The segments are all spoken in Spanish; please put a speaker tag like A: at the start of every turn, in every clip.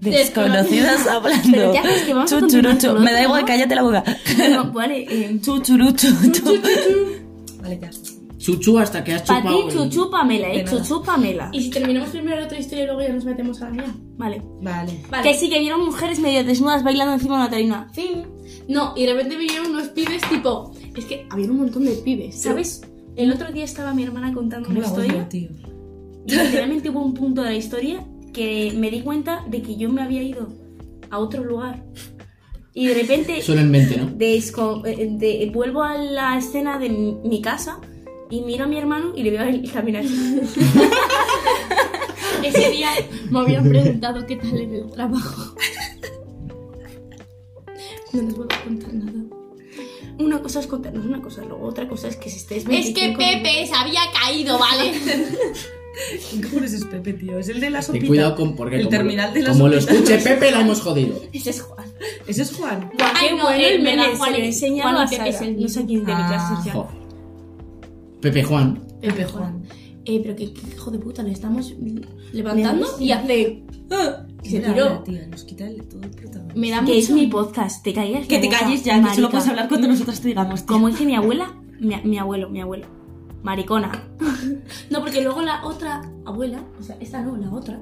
A: Desconocidas hablando.
B: Pero ya, es que vamos a continuar
A: Chuchurucho.
B: con
A: Me da
B: otro,
A: igual,
B: ¿no?
A: cállate la boca.
B: Bueno, vale. eh,
A: Chuchurucho.
C: Vale, ya.
D: Chuchu hasta que has
B: Para ti,
D: chupado. el-
B: chuchu Pamela,
C: De
B: eh.
C: nada.
B: Chuchu Pamela.
E: Y si terminamos primero otra historia y luego ya nos metemos a la mía.
B: Vale.
C: Vale.
E: Vale.
B: Que sí, que vieron mujeres medio desnudas bailando encima de una tarima.
E: Fin. No, y de repente vinieron unos pibes tipo... Es que había un montón de pibes, ¿sabes?
B: El otro día estaba mi hermana contando
C: ¿Cómo
B: una
C: lo hago
B: historia.
C: yo, tío?
B: Y literalmente hubo un punto de la historia que me di cuenta de que yo me había ido a otro lugar. Y de repente
D: Solo en mente, ¿no?
B: desco- eh, de- vuelvo a la escena de mi, mi casa y miro a mi hermano y le veo a él caminar.
E: Ese día me habían preguntado qué tal en el trabajo. No les vuelvo a contar nada.
B: Una cosa es contarnos una cosa, luego otra cosa es que si estés
E: Es que
B: 25
E: Pepe se había caído, ¿vale?
C: ¿Cómo es Pepe, tío? Es el de la
D: Ten
C: sopita.
D: cuidado con porque
C: el
D: como,
C: terminal de la
D: como lo
C: sopita.
D: escuche Pepe la hemos jodido.
B: Ese es Juan.
C: Ese es Juan.
B: Guau,
E: Ay,
B: qué
E: no,
B: bueno
E: él
B: el
E: me da
B: meme, se
E: Juan
B: lo
E: y-
B: enseña
E: Juan y
B: a
E: Pepe
B: Sara.
E: es el
B: No sé quién de mi clase
C: Ah,
B: social.
D: Joder. Pepe Juan.
C: Pepe Juan.
E: Eh, pero qué, qué hijo de puta, le estamos levantando y hace... "Ah", Y se
C: Mira,
E: tiró.
C: tía, nos quita el- todo el protagonismo.
E: Me da
B: Que es
E: mucho...
B: mi podcast, te calles.
A: Que
B: la
A: te
B: boca,
A: calles ya, que solo
B: marica.
A: puedes hablar cuando nosotros te digamos. tío.
B: Como dice mi abuela, mi, mi abuelo, mi abuelo. Maricona.
E: No, porque luego la otra abuela, o sea, esta no, la otra,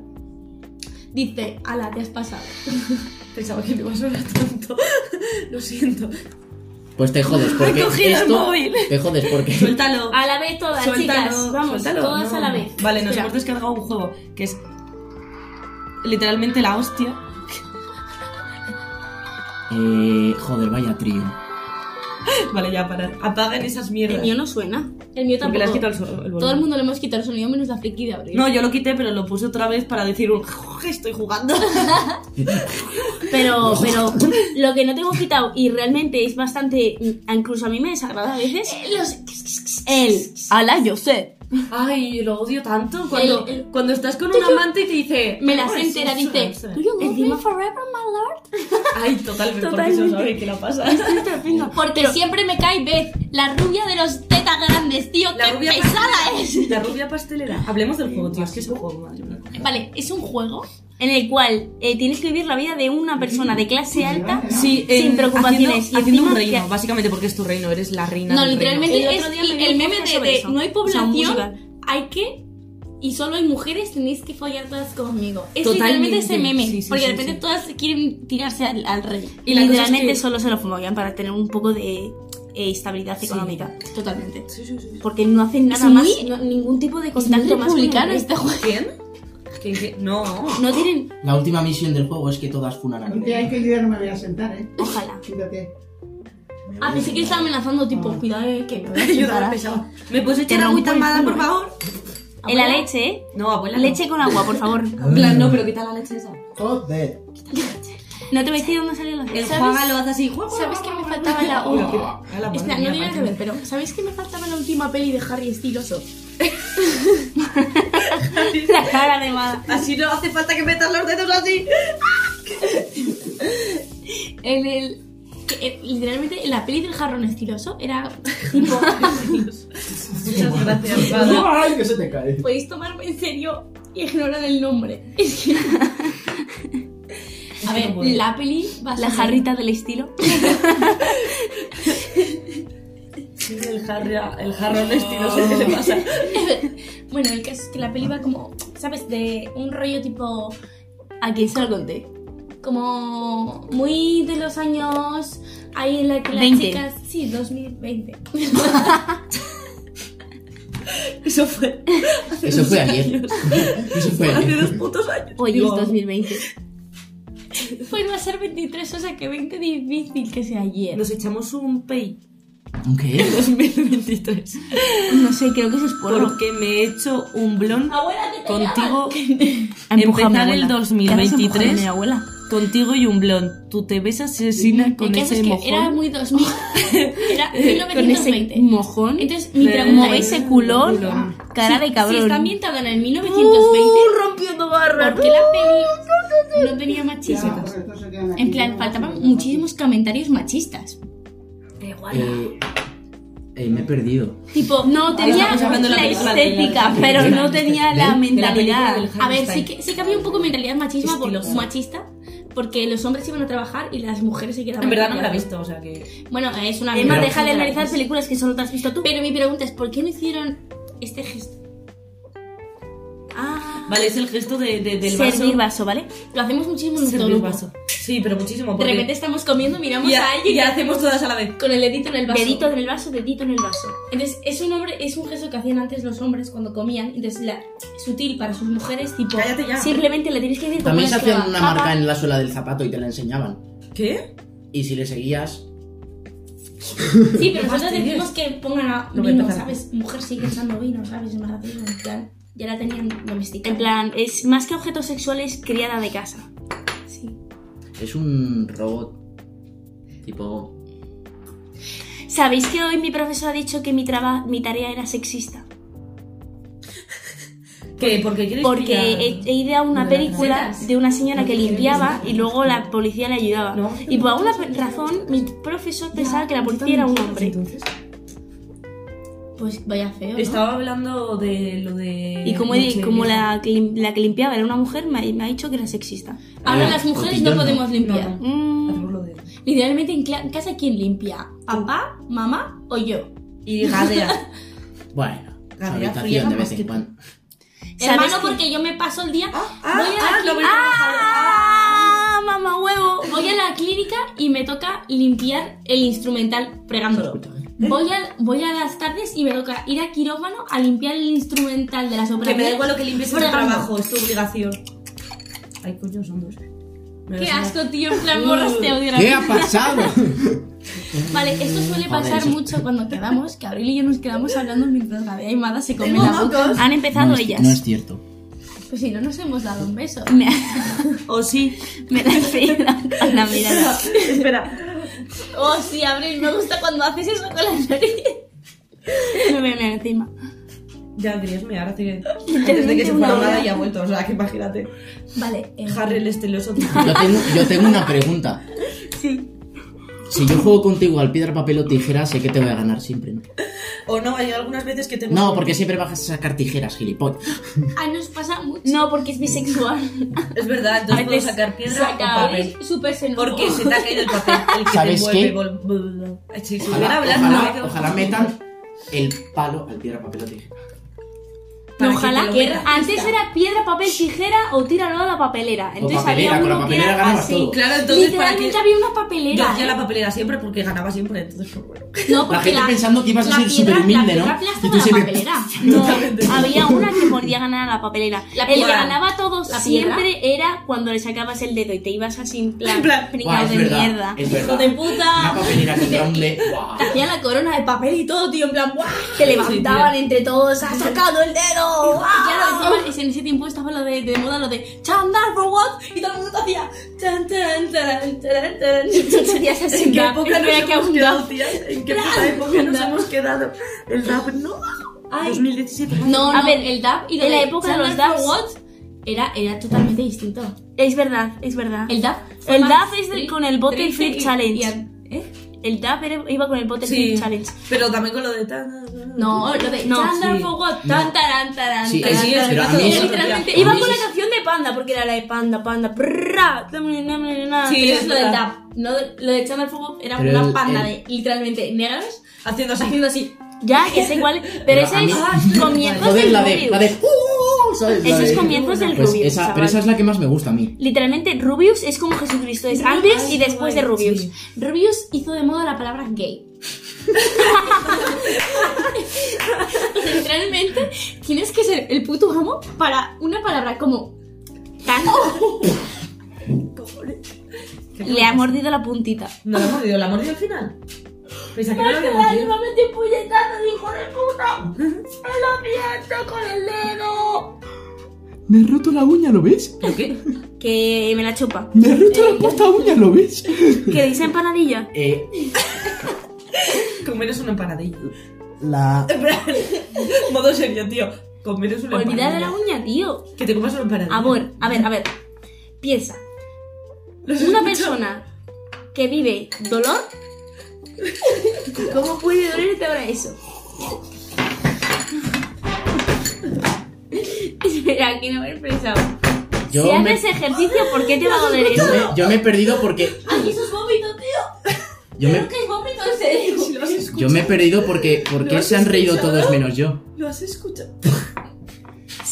E: dice, ala, te has pasado.
C: Pensaba que me ibas a hablar tanto. Lo siento.
D: Pues te jodes porque
A: cogido el
D: esto
A: móvil.
D: te jodes porque
A: Suéltalo.
B: A la vez todas,
A: Suéltalo,
B: chicas. Vamos,
A: suéltalo,
B: todas
A: no.
B: a la vez.
A: Vale, nos
B: Espera.
A: hemos descargado un juego que es literalmente la hostia.
D: eh, joder, vaya trío.
A: Vale, ya, para. Apaguen esas
B: El
A: mierdas.
B: mío no suena.
E: El mío
A: Porque le has
E: tampoco.
A: quitado el, so- el
E: Todo el
A: volumen.
E: mundo le hemos quitado el sonido menos la friki de abrir.
A: No, yo lo quité, pero lo puse otra vez para decir un estoy jugando.
B: Pero, pero lo que no tengo quitado y realmente es bastante. Incluso a mí me desagrada a veces. El. Ala, yo sé.
C: Ay, lo odio tanto. Cuando,
E: El- el-
C: cuando estás con un amante y te dice.
E: Me la
C: "Oh,
E: sé
C: eso,
E: entera,
C: eso,
E: dice,
C: eso".
E: "Do you love me
B: Encima-
E: forever, my lord?
C: Ay, totalmente. Porque
B: Totalmente.
C: eso sabe que la pasa.
E: Porque siempre me cae Beth, la rubia de los tetas grandes, tío,
A: La
E: qué
A: rubia
E: pesada es.
A: la rubia pastelera. Hablemos del juego, tío. Es que es un juego, madre mía.
E: Vale, ¿es un juego?
B: En el cual eh, tienes que vivir la vida de una persona de clase alta
A: Sí,
B: sin
A: en-
B: preocupaciones.
A: Haciendo, haciendo un
B: encima
A: reino,
B: que-
A: básicamente porque es tu reino, eres la reina.
E: No,
A: del
E: literalmente
B: reino. El
E: es
B: otro día me
E: el,
B: dio un
E: meme
B: curso
E: de,
B: sobre
E: de
B: eso.
E: no hay
B: O sea, un
E: población,
B: musical.
E: hay que... Y solo hay mujeres, tenéis que follar todas conmigo. Es
A: Totalmente.
E: literalmente ese meme.
A: Sí, sí,
E: porque
A: sí,
E: de repente
A: sí.
E: todas quieren tirarse al, al rey.
A: Y
B: Y
A: la cosa es
B: literalmente
A: que-
B: solo se lo fumaban para tener un poco de eh, estabilidad económica.
E: Totalmente.
A: ¿Este
B: Porque no hacen nada
E: Es
B: más,
E: muy-
B: no- ningún tipo de
E: Es muy
B: contacto más. con el
E: republicano
B: rey.
E: este juego.
A: ¿Quién? ¿Quién? quién? No.
B: No tienen.
D: La última misión del juego es que todas funan a
F: Porque hay
D: Grey.
F: que yo ya no me voy a sentar, ¿eh?
B: Ojalá.
F: Quítate.
E: Ah, pensé que estaba amenazando, tipo, cuidado eh, que me voy a separar.
A: ¿Me puedes echar
B: Te rompo
A: agüita
B: el
A: mala, por
B: culo, eh.
A: favor?
B: En la leche, ¿eh?
A: No, abuela.
B: La leche con agua, por favor.
A: En plan, no, pero quita la leche esa.
F: Joder.
B: No te voy a decir dónde salió la
A: El
B: leche.
A: juega lo hace así.
E: ¿Sabes qué me faltaba en la
A: Uy,
E: última?
A: qué- a la madre
E: Espera,
A: mía,
E: no tiene nada que
A: macho.
E: ver, pero ¿sabéis qué me faltaba en la última peli de Harry Estiloso?
B: La cara de mala.
A: Así no hace falta que metas los dedos así.
E: En el. que, eh, literalmente, en la peli del jarrón estiloso era tipo.
A: Muchas gracias,
F: Ay, que se te cae.
E: Podéis tomarme en serio y ignorar el nombre. Es que. A ver, la peli va a
B: La
E: ser-
B: jarrita del estilo.
A: El, jarra, el este, jarrón estiloso que le pasa.
E: Bueno, el caso es que la peli va como. ¿Sabes? De un rollo tipo.
B: A quien se lo conté.
E: Como. Muy de los años. Ahí en la que las
B: 20.
E: chicas. Sí, 2020.
A: Eso fue
D: Eso fue ayer. Eso fue
A: hace
D: ayer.
A: dos putos años.
B: Hoy es
A: Digo,
B: 2020.
E: Pues va a ser 23, o sea que 20 difícil que sea ayer.
A: Nos echamos un pay
D: ¿Qué?
A: 2023.
B: No sé, creo que eso es porro.
A: Porque me he hecho un blon
E: Abuela, que te
A: contigo.
B: Ha empujado a
A: Empezar
B: mi
A: el
B: abuela. ¿Qué haces empujando a
A: 2023?
B: Mi abuela.
A: Contigo y un blon. Tú te ves asesina con
E: El caso
A: ese
E: es que
A: mojón. Uh,
E: era muy 2000. Era
B: Con ese
E: 1920.
B: mojón.
E: Entonces, mi
A: Eh,
E: pregunta
B: Mueve
E: es: Ah.
B: ese culón.
A: Culón.
B: Cara
E: si-
B: de cabrón.
E: Si está ambientada en el 1920,
B: rompiendo barras.
E: ¿por qué la peli no tenía machismo?
F: Ya, porque estos se quedan aquí.
E: En plan, faltaban muchísimos comentarios machistas.
D: Eh, Eh, me he perdido.
E: Tipo, no tenía
A: estamos hablando de la
E: la
A: película del
E: estética,
A: final.
E: pero
D: De la-
E: no tenía la
D: de-
A: de la película
E: mentalidad.
A: del
E: A ver, sí
A: Hammerstein.
E: que, sí que había un poco mentalidad machismo por,
A: Estilosa.
E: machista, porque los hombres iban a trabajar y las mujeres se quedaban.
A: En verdad no me la he
E: calladas.
A: visto, o sea que.
E: Bueno, es una
B: Emma,
D: Pero-
B: deja de
E: Pero-
B: analizar películas que solo te has visto tú.
E: Pero mi pregunta es, ¿por qué no hicieron este gesto?
B: Ah,
A: Vale, es el gesto de, de- del vaso.
B: servir vaso, ¿vale?
E: Lo hacemos muchísimo en nuestro
A: Servir
E: grupo.
A: vaso. Sí, pero muchísimo.
E: De
A: porque-
E: repente estamos comiendo, miramos
A: y,
E: a,
A: ha-
E: alguien
A: y hacemos todas a la vez.
E: con el dedito en el vaso.
B: Dedito en el vaso, dedito en el vaso.
E: Entonces, es un hombre, es un gesto que hacían antes los hombres cuando comían, entonces la, sutil para sus mujeres, tipo
A: Cállate ya.
B: Simplemente le tienes que decir
D: También se
B: como
D: hacían
B: escoba.
D: una
B: Papá,
D: marca en la suela del zapato y te la enseñaban.
A: ¿Qué?
D: Y si le seguías,
E: Sí, pero
A: Qué
E: nosotros
A: fastidio.
E: decimos que pongan a
A: Lo voy a
E: vino,
A: empezar.
E: ¿sabes? Mujer sigue usando vino, ¿sabes? Es más gracioso, en plan, Ya la tenían domesticada.
B: En plan, es más que objetos sexuales, criada de casa.
E: Sí.
D: es un robot. Tipo.
B: ¿Sabéis que hoy mi profesor ha dicho que mi, traba- mi tarea era sexista?
A: ¿Qué? Porque quieres
B: Porque
A: pillar-
B: he, he ideado una
A: lo de las
B: película
E: recetas.
B: de una señora que
A: Porque quieren
B: limpiaba
A: visitar.
B: y luego la policía le ayudaba.
A: No.
B: Y por alguna pe- razón, mi profesor pensaba que la policía era un hombre.
A: Entonces,
E: Pues vaya feo. ¿no?
A: estaba hablando de lo de.
B: Y como, he-
A: Nochevieja.
B: como la, que lim- la que limpiaba era una mujer, me, ha- me ha dicho que era sexista.
E: Ahora
D: Ah,
E: las mujeres
D: porque
E: no
D: yo no.
E: podemos limpiar.
A: No, no.
B: Mm,
A: Hacemos lo de.
E: Literalmente en cla- casa, ¿quién limpia? ¿Papá, mamá o yo?
A: Y gadea.
D: Bueno, su
A: Gabriela
D: habitación
A: Friega
D: de vez en
A: Mosquito.
D: cuando.
E: Hermano,
B: ¿Sabes qué?
E: porque yo me paso el día.
A: ah,
E: voy a la
A: ah, lo voy a
B: ¡Ah, mamá huevo!
E: Voy a la clínica y me toca limpiar el instrumental fregándolo.
D: ¿eh?
E: Voy a, voy a las tardes y me toca ir a quirófano a limpiar el instrumental de las
A: Que
E: operaciones.
A: me da igual lo que limpies es tu
E: fregando.
A: trabajo, es tu obligación. Ay, coño, son dos. Me
E: Qué
A: las-
E: asco, tío, en plan borras te odio. la
D: ¿Qué
E: vida.
D: ha pasado?
E: Vale, esto
D: Joder,
E: suele pasar
D: eso.
E: mucho cuando quedamos, que Abril y yo nos quedamos hablando mientras la de Aymada se come la boca.
B: Han empezado
D: no, es,
B: ellas.
D: no es cierto.
E: Pues si no nos hemos dado un beso.
B: Me,
A: O sí.
B: me la enseña con la mirada.
A: Espera.
E: Oh, sí, Abril, me gusta cuando haces eso con la nariz.
B: Me voy a mirar encima.
A: Ya querías mirar, hace que. Antes de que se fuera nada y ha vuelto, o sea, que imagínate.
E: Vale, eh,
A: Harry el esteloso.
D: Yo tengo, yo tengo una pregunta. Si yo juego contigo al piedra, papel o tijera, sé que te voy a ganar siempre, ¿no?
A: O no, hay algunas veces que tengo.
D: No, porque siempre vas a sacar tijeras, gilipollas.
E: a Ah, nos pasa mucho.
B: No, porque es bisexual.
A: Es verdad, entonces puedo sacar piedra o
E: Saca
A: papel.
E: Abril súper xenófobo.
A: Porque se te ha caído el papel. El que
D: ¿Sabes
A: te
D: qué?
A: vuelve, vol- vol- Si se hubiera
D: Ojalá,
A: hablado, me hubiera
D: ojalá,
B: ¿eh?
A: quedado-
D: ojalá metan el palo al piedra, papel o tijera.
A: Para que
B: Ojalá.
A: te lo vea.
B: Antes era piedra, papel, tijera o tíralo a la papelera. Entonces
D: papelera,
B: había
D: con la
B: uno que
D: papelera
B: era
D: ganabas
B: así.
D: todo.
A: Claro, entonces para que.
B: Literalmente había una papelera.
A: Yo hacía
B: ¿eh?
A: la papelera siempre porque ganaba siempre, entonces pues bueno.
E: No,
D: La
E: porque
D: gente pensando que ibas a
E: la
D: ser
E: piedra-
D: súper humilde,
E: la
D: ¿no?
E: piedra
D: Y
E: aplasta
D: tú
E: la
D: siempre-
E: papelera.
B: Ah, No, había una que podía ganar a la papelera.
E: La
B: el que
E: piedra.
B: ganaba todo
E: La piedra.
B: siempre era cuando le sacabas el dedo y te ibas así en plan,
A: En plan,
D: Guau,
B: pringao
D: es
B: de
D: verdad,
B: mierda.
D: es verdad.
E: de puta.
D: Una papelera contra un de... guau.
E: Te hacía la corona de papel y todo, tío, en plan, ¡guau!
B: Te levantaban entre todos, has sacado ¡ah! el dedo.
E: Ya lo decían, en ese tiempo estaba lo de, de moda, lo de chandar for what? Y todo el mundo hacía chan, chan, chan, chan, chan.
B: Hacías así, en plan, espera que aún da.
A: tías? ¿En qué puta época nos hemos quedado? El rap no.
E: Ay.
A: 2017.
E: No,
B: A
E: no,
B: ver,
E: el DAP y lo
B: en la época de
E: chandar
B: los DAPs.
E: for what era, era totalmente distinto.
B: Es verdad, es verdad.
E: El DAP. fue
B: El
E: más
B: DAP es del- con el Bottle
E: triste
B: Flip
E: y-
B: Challenge.
E: y a- ¿eh?
B: El DAP era- iba con el Bottle
A: Sí,
B: Flip Challenge.
A: pero también con lo de tan.
E: No, lo de
B: No,
E: chandar
A: sí.
E: for what? Tan, taran, taran,
D: Sí,
E: taran,
A: sí, es
E: taran.
D: pero a mí
E: Era
D: eso-
E: literalmente-
A: a
B: Iba
D: mí
B: con la
D: eso-
B: canción de Panda, porque era la de Panda, Panda, prrra.
A: Sí,
E: Pero
A: es
E: es lo del
A: verdad.
E: DAP. No, de- lo de Chandler Fuego era
D: Pero
E: una
D: el-
E: panda
D: el-
E: de literalmente negros
A: Haciendo así.
E: haciendo así.
B: Ya, que es igual, pero
D: Pero
B: ese
D: a mí-
B: es comienzos
D: Joder,
B: del
D: la de...
B: Rubius.
D: La de... ¡Uh! ¿sabes? La
B: Ese es
D: de-
B: comienzos del
D: Pues
B: Rubius,
D: esa, pero
B: chaval.
D: esa es la que más me gusta a mí.
B: Literalmente, Rubius es como Jesucristo, es antes y después de Rubius.
A: Sí.
E: Rubius hizo de moda la palabra gay. O sea, literalmente tienes que ser el puto amo para una palabra como tan.
B: Le ha mordido la puntita.
A: No la ha mordido, la ha mordido al final. Pensaba que no la había
E: Ay, me
A: mordido.
E: metí un puñetazo, hijo de puta! ¡Me lo miento con el dedo!
D: Me he roto la uña, ¿lo ves?
A: ¿Pero qué?
B: Que me la chupa.
D: Me he roto la puta uña, ¿lo ves?
B: ¿Que dice empanadilla?
D: Eh,
A: Comer es una empanadilla.
D: la...
A: Modo serio, tío. Comer es una
E: Olvidar de
A: empanadilla.
E: la uña, tío.
A: Que te comas una empanadilla.
B: A ver, a ver, a ver. Piensa. Una persona que vive dolor
E: ¿Cómo puede dolerte ahora eso?
B: Espera, que no me he expresado.
D: Yo
B: si
D: me-
B: haces ejercicio, ¿por qué te va a doler
D: Yo
B: eso?
D: me, yo me he perdido porque.
B: Ay, eso es vómito, tío.
D: Yo me,
B: que es vómito, en serio.
D: yo me he perdido porque. ¿Por qué se han reído todos menos yo?
G: ¿Lo has escuchado?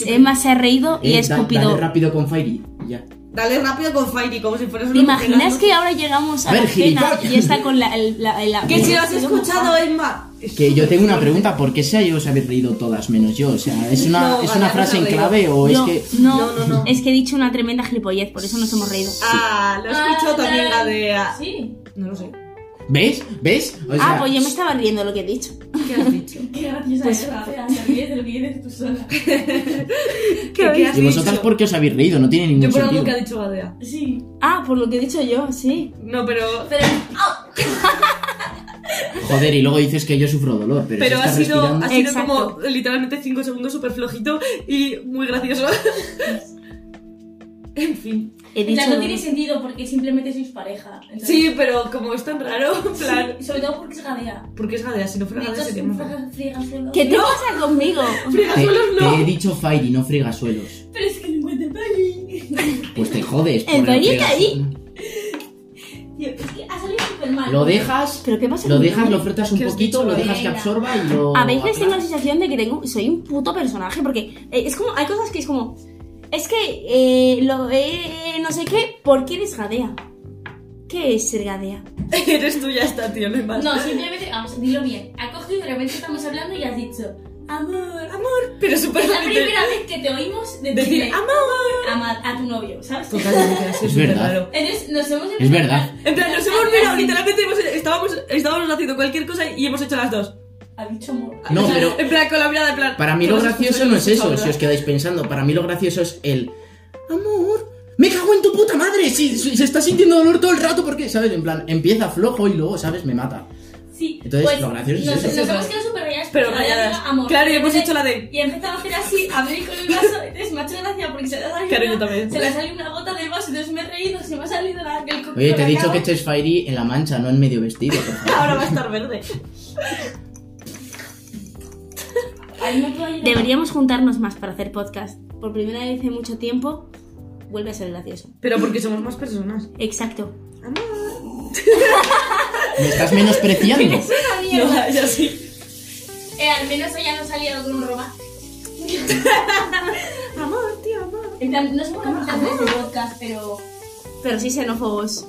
B: Emma se ha reído y ha
D: Eh, da- dale
B: escupido.
D: rápido con Fairy. y Ya.
A: Dale rápido con Fairy, como si fueras
B: ¿Te
A: una
B: imaginas
A: mujer,
B: que ahora llegamos a
D: A
B: la
D: ver,
B: cena
D: gilipollas.
B: y está con la... el- la- la-
A: Que si lo has escuchado, Emma.
D: Que yo tengo una pregunta, ¿por qué se os habéis reído todas menos yo? O sea, ¿es una,
A: No,
D: es una
A: Ana,
D: frase
A: no
D: en
A: se ha
D: clave o es
B: No,
D: que
B: no,
A: No, no, no.
B: es que he dicho una tremenda gilipollez, por eso nos hemos reído.
A: Ah, lo he escuchado
B: Ah,
A: también la de. ah,
B: Sí.
A: No lo sé.
D: ¿Ves? ¿Ves? O sea,
B: ah, pues yo me estaba riendo lo que he dicho.
A: ¿Qué has dicho?
B: Qué graciosa pues,
A: ¿Qué, qué has
D: ¿y vosotras
A: dicho?
D: por qué os habéis reído? No tiene
A: Yo
D: ningún
A: por algo
D: sentido.
A: que ha dicho Badea.
B: Ah, por lo que he dicho yo, sí.
A: No, pero.
D: Joder, y luego dices que yo sufro dolor, pero,
A: Pero
D: si
A: ha
D: estás
A: sido, ha
D: respirando-
A: sido
B: Exacto.
A: como literalmente 5 segundos súper flojito y muy gracioso. en fin.
B: He dicho...
E: sentido porque simplemente sois pareja.
A: Sí, pero como es tan raro, en plan.
E: sobre todo porque es gadea.
A: ¿Por qué es gadea? Si no fuera gadea sería más raro.
B: ¿Qué te pasa conmigo?
D: te,
A: Frigasuelos no.
D: te he dicho Fairy, no fregasuelos.
E: Pero es que no encuentro
D: Pues te jodes. por
B: El Fairy está
D: fregasuelo.
E: Es que ha salido súper mal.
D: Lo dejas,
B: ¿Pero qué pasa
D: lo
B: conmigo?
D: dejas, lo frotas un
A: ¿Qué has
D: poquito,
A: dicho?
D: lo dejas que
B: Venga.
D: absorba y lo...
B: A veces tengo la
D: aplanas.
B: sensación de que tengo, soy un puto personaje, porque eh, es como, hay cosas que es como, es que, eh, lo, eh, no sé qué, ¿por qué eres gadea? ¿Qué es ser gadea?
A: Eres tú, ya está, tío, no hay más.
E: No, simplemente, vamos, dilo bien. Ha cogido y de repente estamos hablando y has dicho, amor, amor.
A: Pero súper
E: Es la
A: literal.
E: primera vez que te oímos de
A: Decir amor.
E: a, ma- a tu novio, ¿sabes?
A: Totalmente, así
D: Es
A: es súper
D: verdad.
A: raro.
E: Entonces nos hemos
D: Es verdad.
A: En plan, nos hemos mirado, literalmente hemos- estábamos, estábamos haciendo cualquier cosa y hemos hecho las dos.
E: Ha dicho amor.
D: No, pero
A: En plan, con la mirada, en plan.
D: Para mí
A: ¿tú
D: lo
A: has
D: gracioso
A: escuchado
D: no es
A: esa
D: eso,
A: palabra?
D: si os quedáis pensando. Para mí lo gracioso es el... Amor, me cago en tu puta madre. Si, si- se está sintiendo dolor todo el rato porque, ¿sabes? En plan, empieza flojo y luego, ¿sabes? Me mata.
E: Sí. pues,
D: Entonces, lo gracioso es
E: nos,
D: eso.
E: nos hemos quedado súper rayadas.
A: Pero
E: porque había
A: rayadas.
E: dicho amor.
A: Claro, y hemos hecho la de.
E: Y ha empezado a hacer así, a mí con el vaso. Entonces me ha hecho gracia porque se le ha salido,
A: Claro, yo
E: una,
A: también.
E: se le ha salido una gota del vaso. Entonces me he reído, se me ha salido la, el coco.
D: Oye,
E: por
D: te he
E: la
D: dicho
E: cara.
D: que esto es Fairy en la mancha, no en medio vestido. por favor.
A: Ahora va a estar verde.
E: Ahí me puedo ayudar.
B: Deberíamos juntarnos más para hacer podcast. Por primera vez en mucho tiempo, vuelve a ser gracioso.
A: Pero porque somos más personas.
B: Exacto.
D: Me estás menospreciando.
A: No, ya sí.
E: Eh, al menos ella no ha salido con un romance.
A: Amor, tío, amor.
E: En plan, no somos
A: Ah,
E: representantes de este podcast, pero
B: Pero sí xenófobos.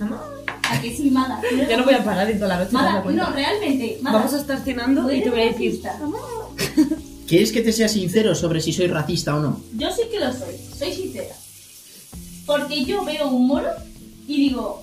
A: Amor.
E: a que sí, Mada.
A: Ya no voy a parar en toda la noche.
E: Mada,
A: no me da cuenta.
E: no, realmente. Mada,
A: Vamos a estar cenando y te voy a decir.
D: ¿Quieres que te sea sincero sobre si soy racista o no?
E: Yo sí que lo soy, soy sincera. Porque yo veo un moro y digo,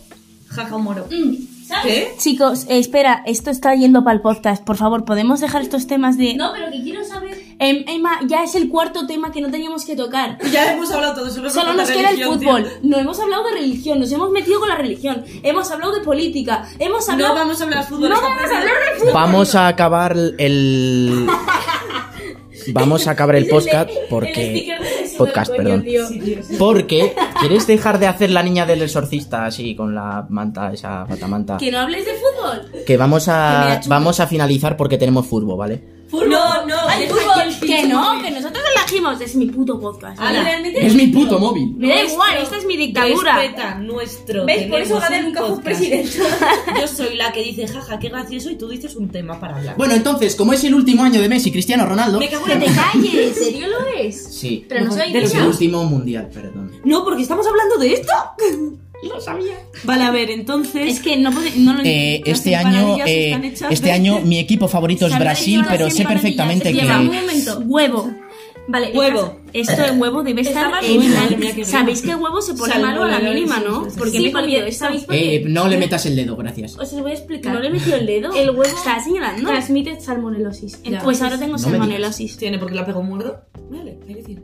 A: Jaja, un moro.
E: mm, ¿sabes?
A: ¿Qué?
B: Chicos, eh, espera, esto está yendo para el podcast. Por favor, ¿podemos dejar estos temas de...?
E: No, pero que quiero saber.
B: Em, Emma, ya es el cuarto tema que no teníamos que tocar.
A: Ya hemos hablado todo solo
B: Solo
A: falta
B: nos queda el
A: religión,
B: fútbol.
A: tío.
B: No hemos hablado de religión, nos hemos metido con la religión. Hemos hablado de política. Hemos hablado.
A: No vamos a hablar de fútbol.
B: No
A: esta
B: vamos
A: tarde.
B: a hablar de fútbol.
D: Vamos a acabar el... Vamos a acabar el podcast
E: El sticker de ese
D: Podcast, perdón.
E: balcón, tío.
D: Porque quieres dejar de hacer la niña del exorcista así con la manta, esa patamanta.
B: Que no hables de fútbol.
D: Que vamos
B: Que me
D: a
B: da chulo.
D: vamos a finalizar porque tenemos furbo, ¿vale?
A: No, no,
B: Ay,
A: deja
B: fútbol.
A: aquí el
B: Que
A: pinche
B: no,
A: móvil.
B: que nosotros elegimos. Es mi puto podcast.
A: Ala.
B: Mira,
E: Realmente,
D: Es mi puto móvil.
B: Me da
A: Nuestro-
B: igual, esta es mi dictadura.
A: Respeta nuestro.
E: ¿Ves? Por eso
A: tenemos
E: Gade
A: un
E: nunca fue
A: podcast.
E: presidenta.
A: Yo soy la que dice, jaja, qué gracioso, y tú dices un tema para hablar.
D: Bueno, entonces, como es el último año de Messi, Cristiano Ronaldo.
A: Me cago
B: Que
A: en
B: te calles. ¿En serio lo es?
D: Sí.
B: Pero no soy
D: Es el
B: niña.
D: último mundial, perdón.
A: No, porque estamos hablando de esto. Lo sabía. Vale, a ver, entonces.
B: Es que no puede, no lo
D: Eh,
A: Las
D: este año,
A: empanadillas
D: eh,
A: están hechas
D: este
A: de-
D: año mi equipo favorito es
B: Sabrá
D: Brasil,
B: Dios las
D: pero sé
B: empanadillas.
D: perfectamente
B: Lleva un
D: que
B: momento. Huevo. Vale,
A: Huevo.
B: Esto de huevo debe
A: Está
B: estar
A: mal.
B: en
A: Uy,
B: la-
A: madre mía, qué rico.
B: Sabéis que huevo se pone
A: Salmón,
B: malo a la
A: sí,
B: mínima,
A: sí,
B: ¿no?
A: sí, sí.
B: Porque
A: Sí,
B: me he comido
E: porque-
B: esta.
E: ¿sabéis por qué?
D: Eh, no le metas el dedo, gracias.
B: Os lo voy a explicar.
E: ¿No le metió el dedo?
B: El huevo está señalando. Transmite salmonelosis.
A: Ya.
B: Pues ahora tengo
D: No me
B: salmonelosis.
A: Tiene porque la pegó un muerdo. Vale, ahí lo tienes.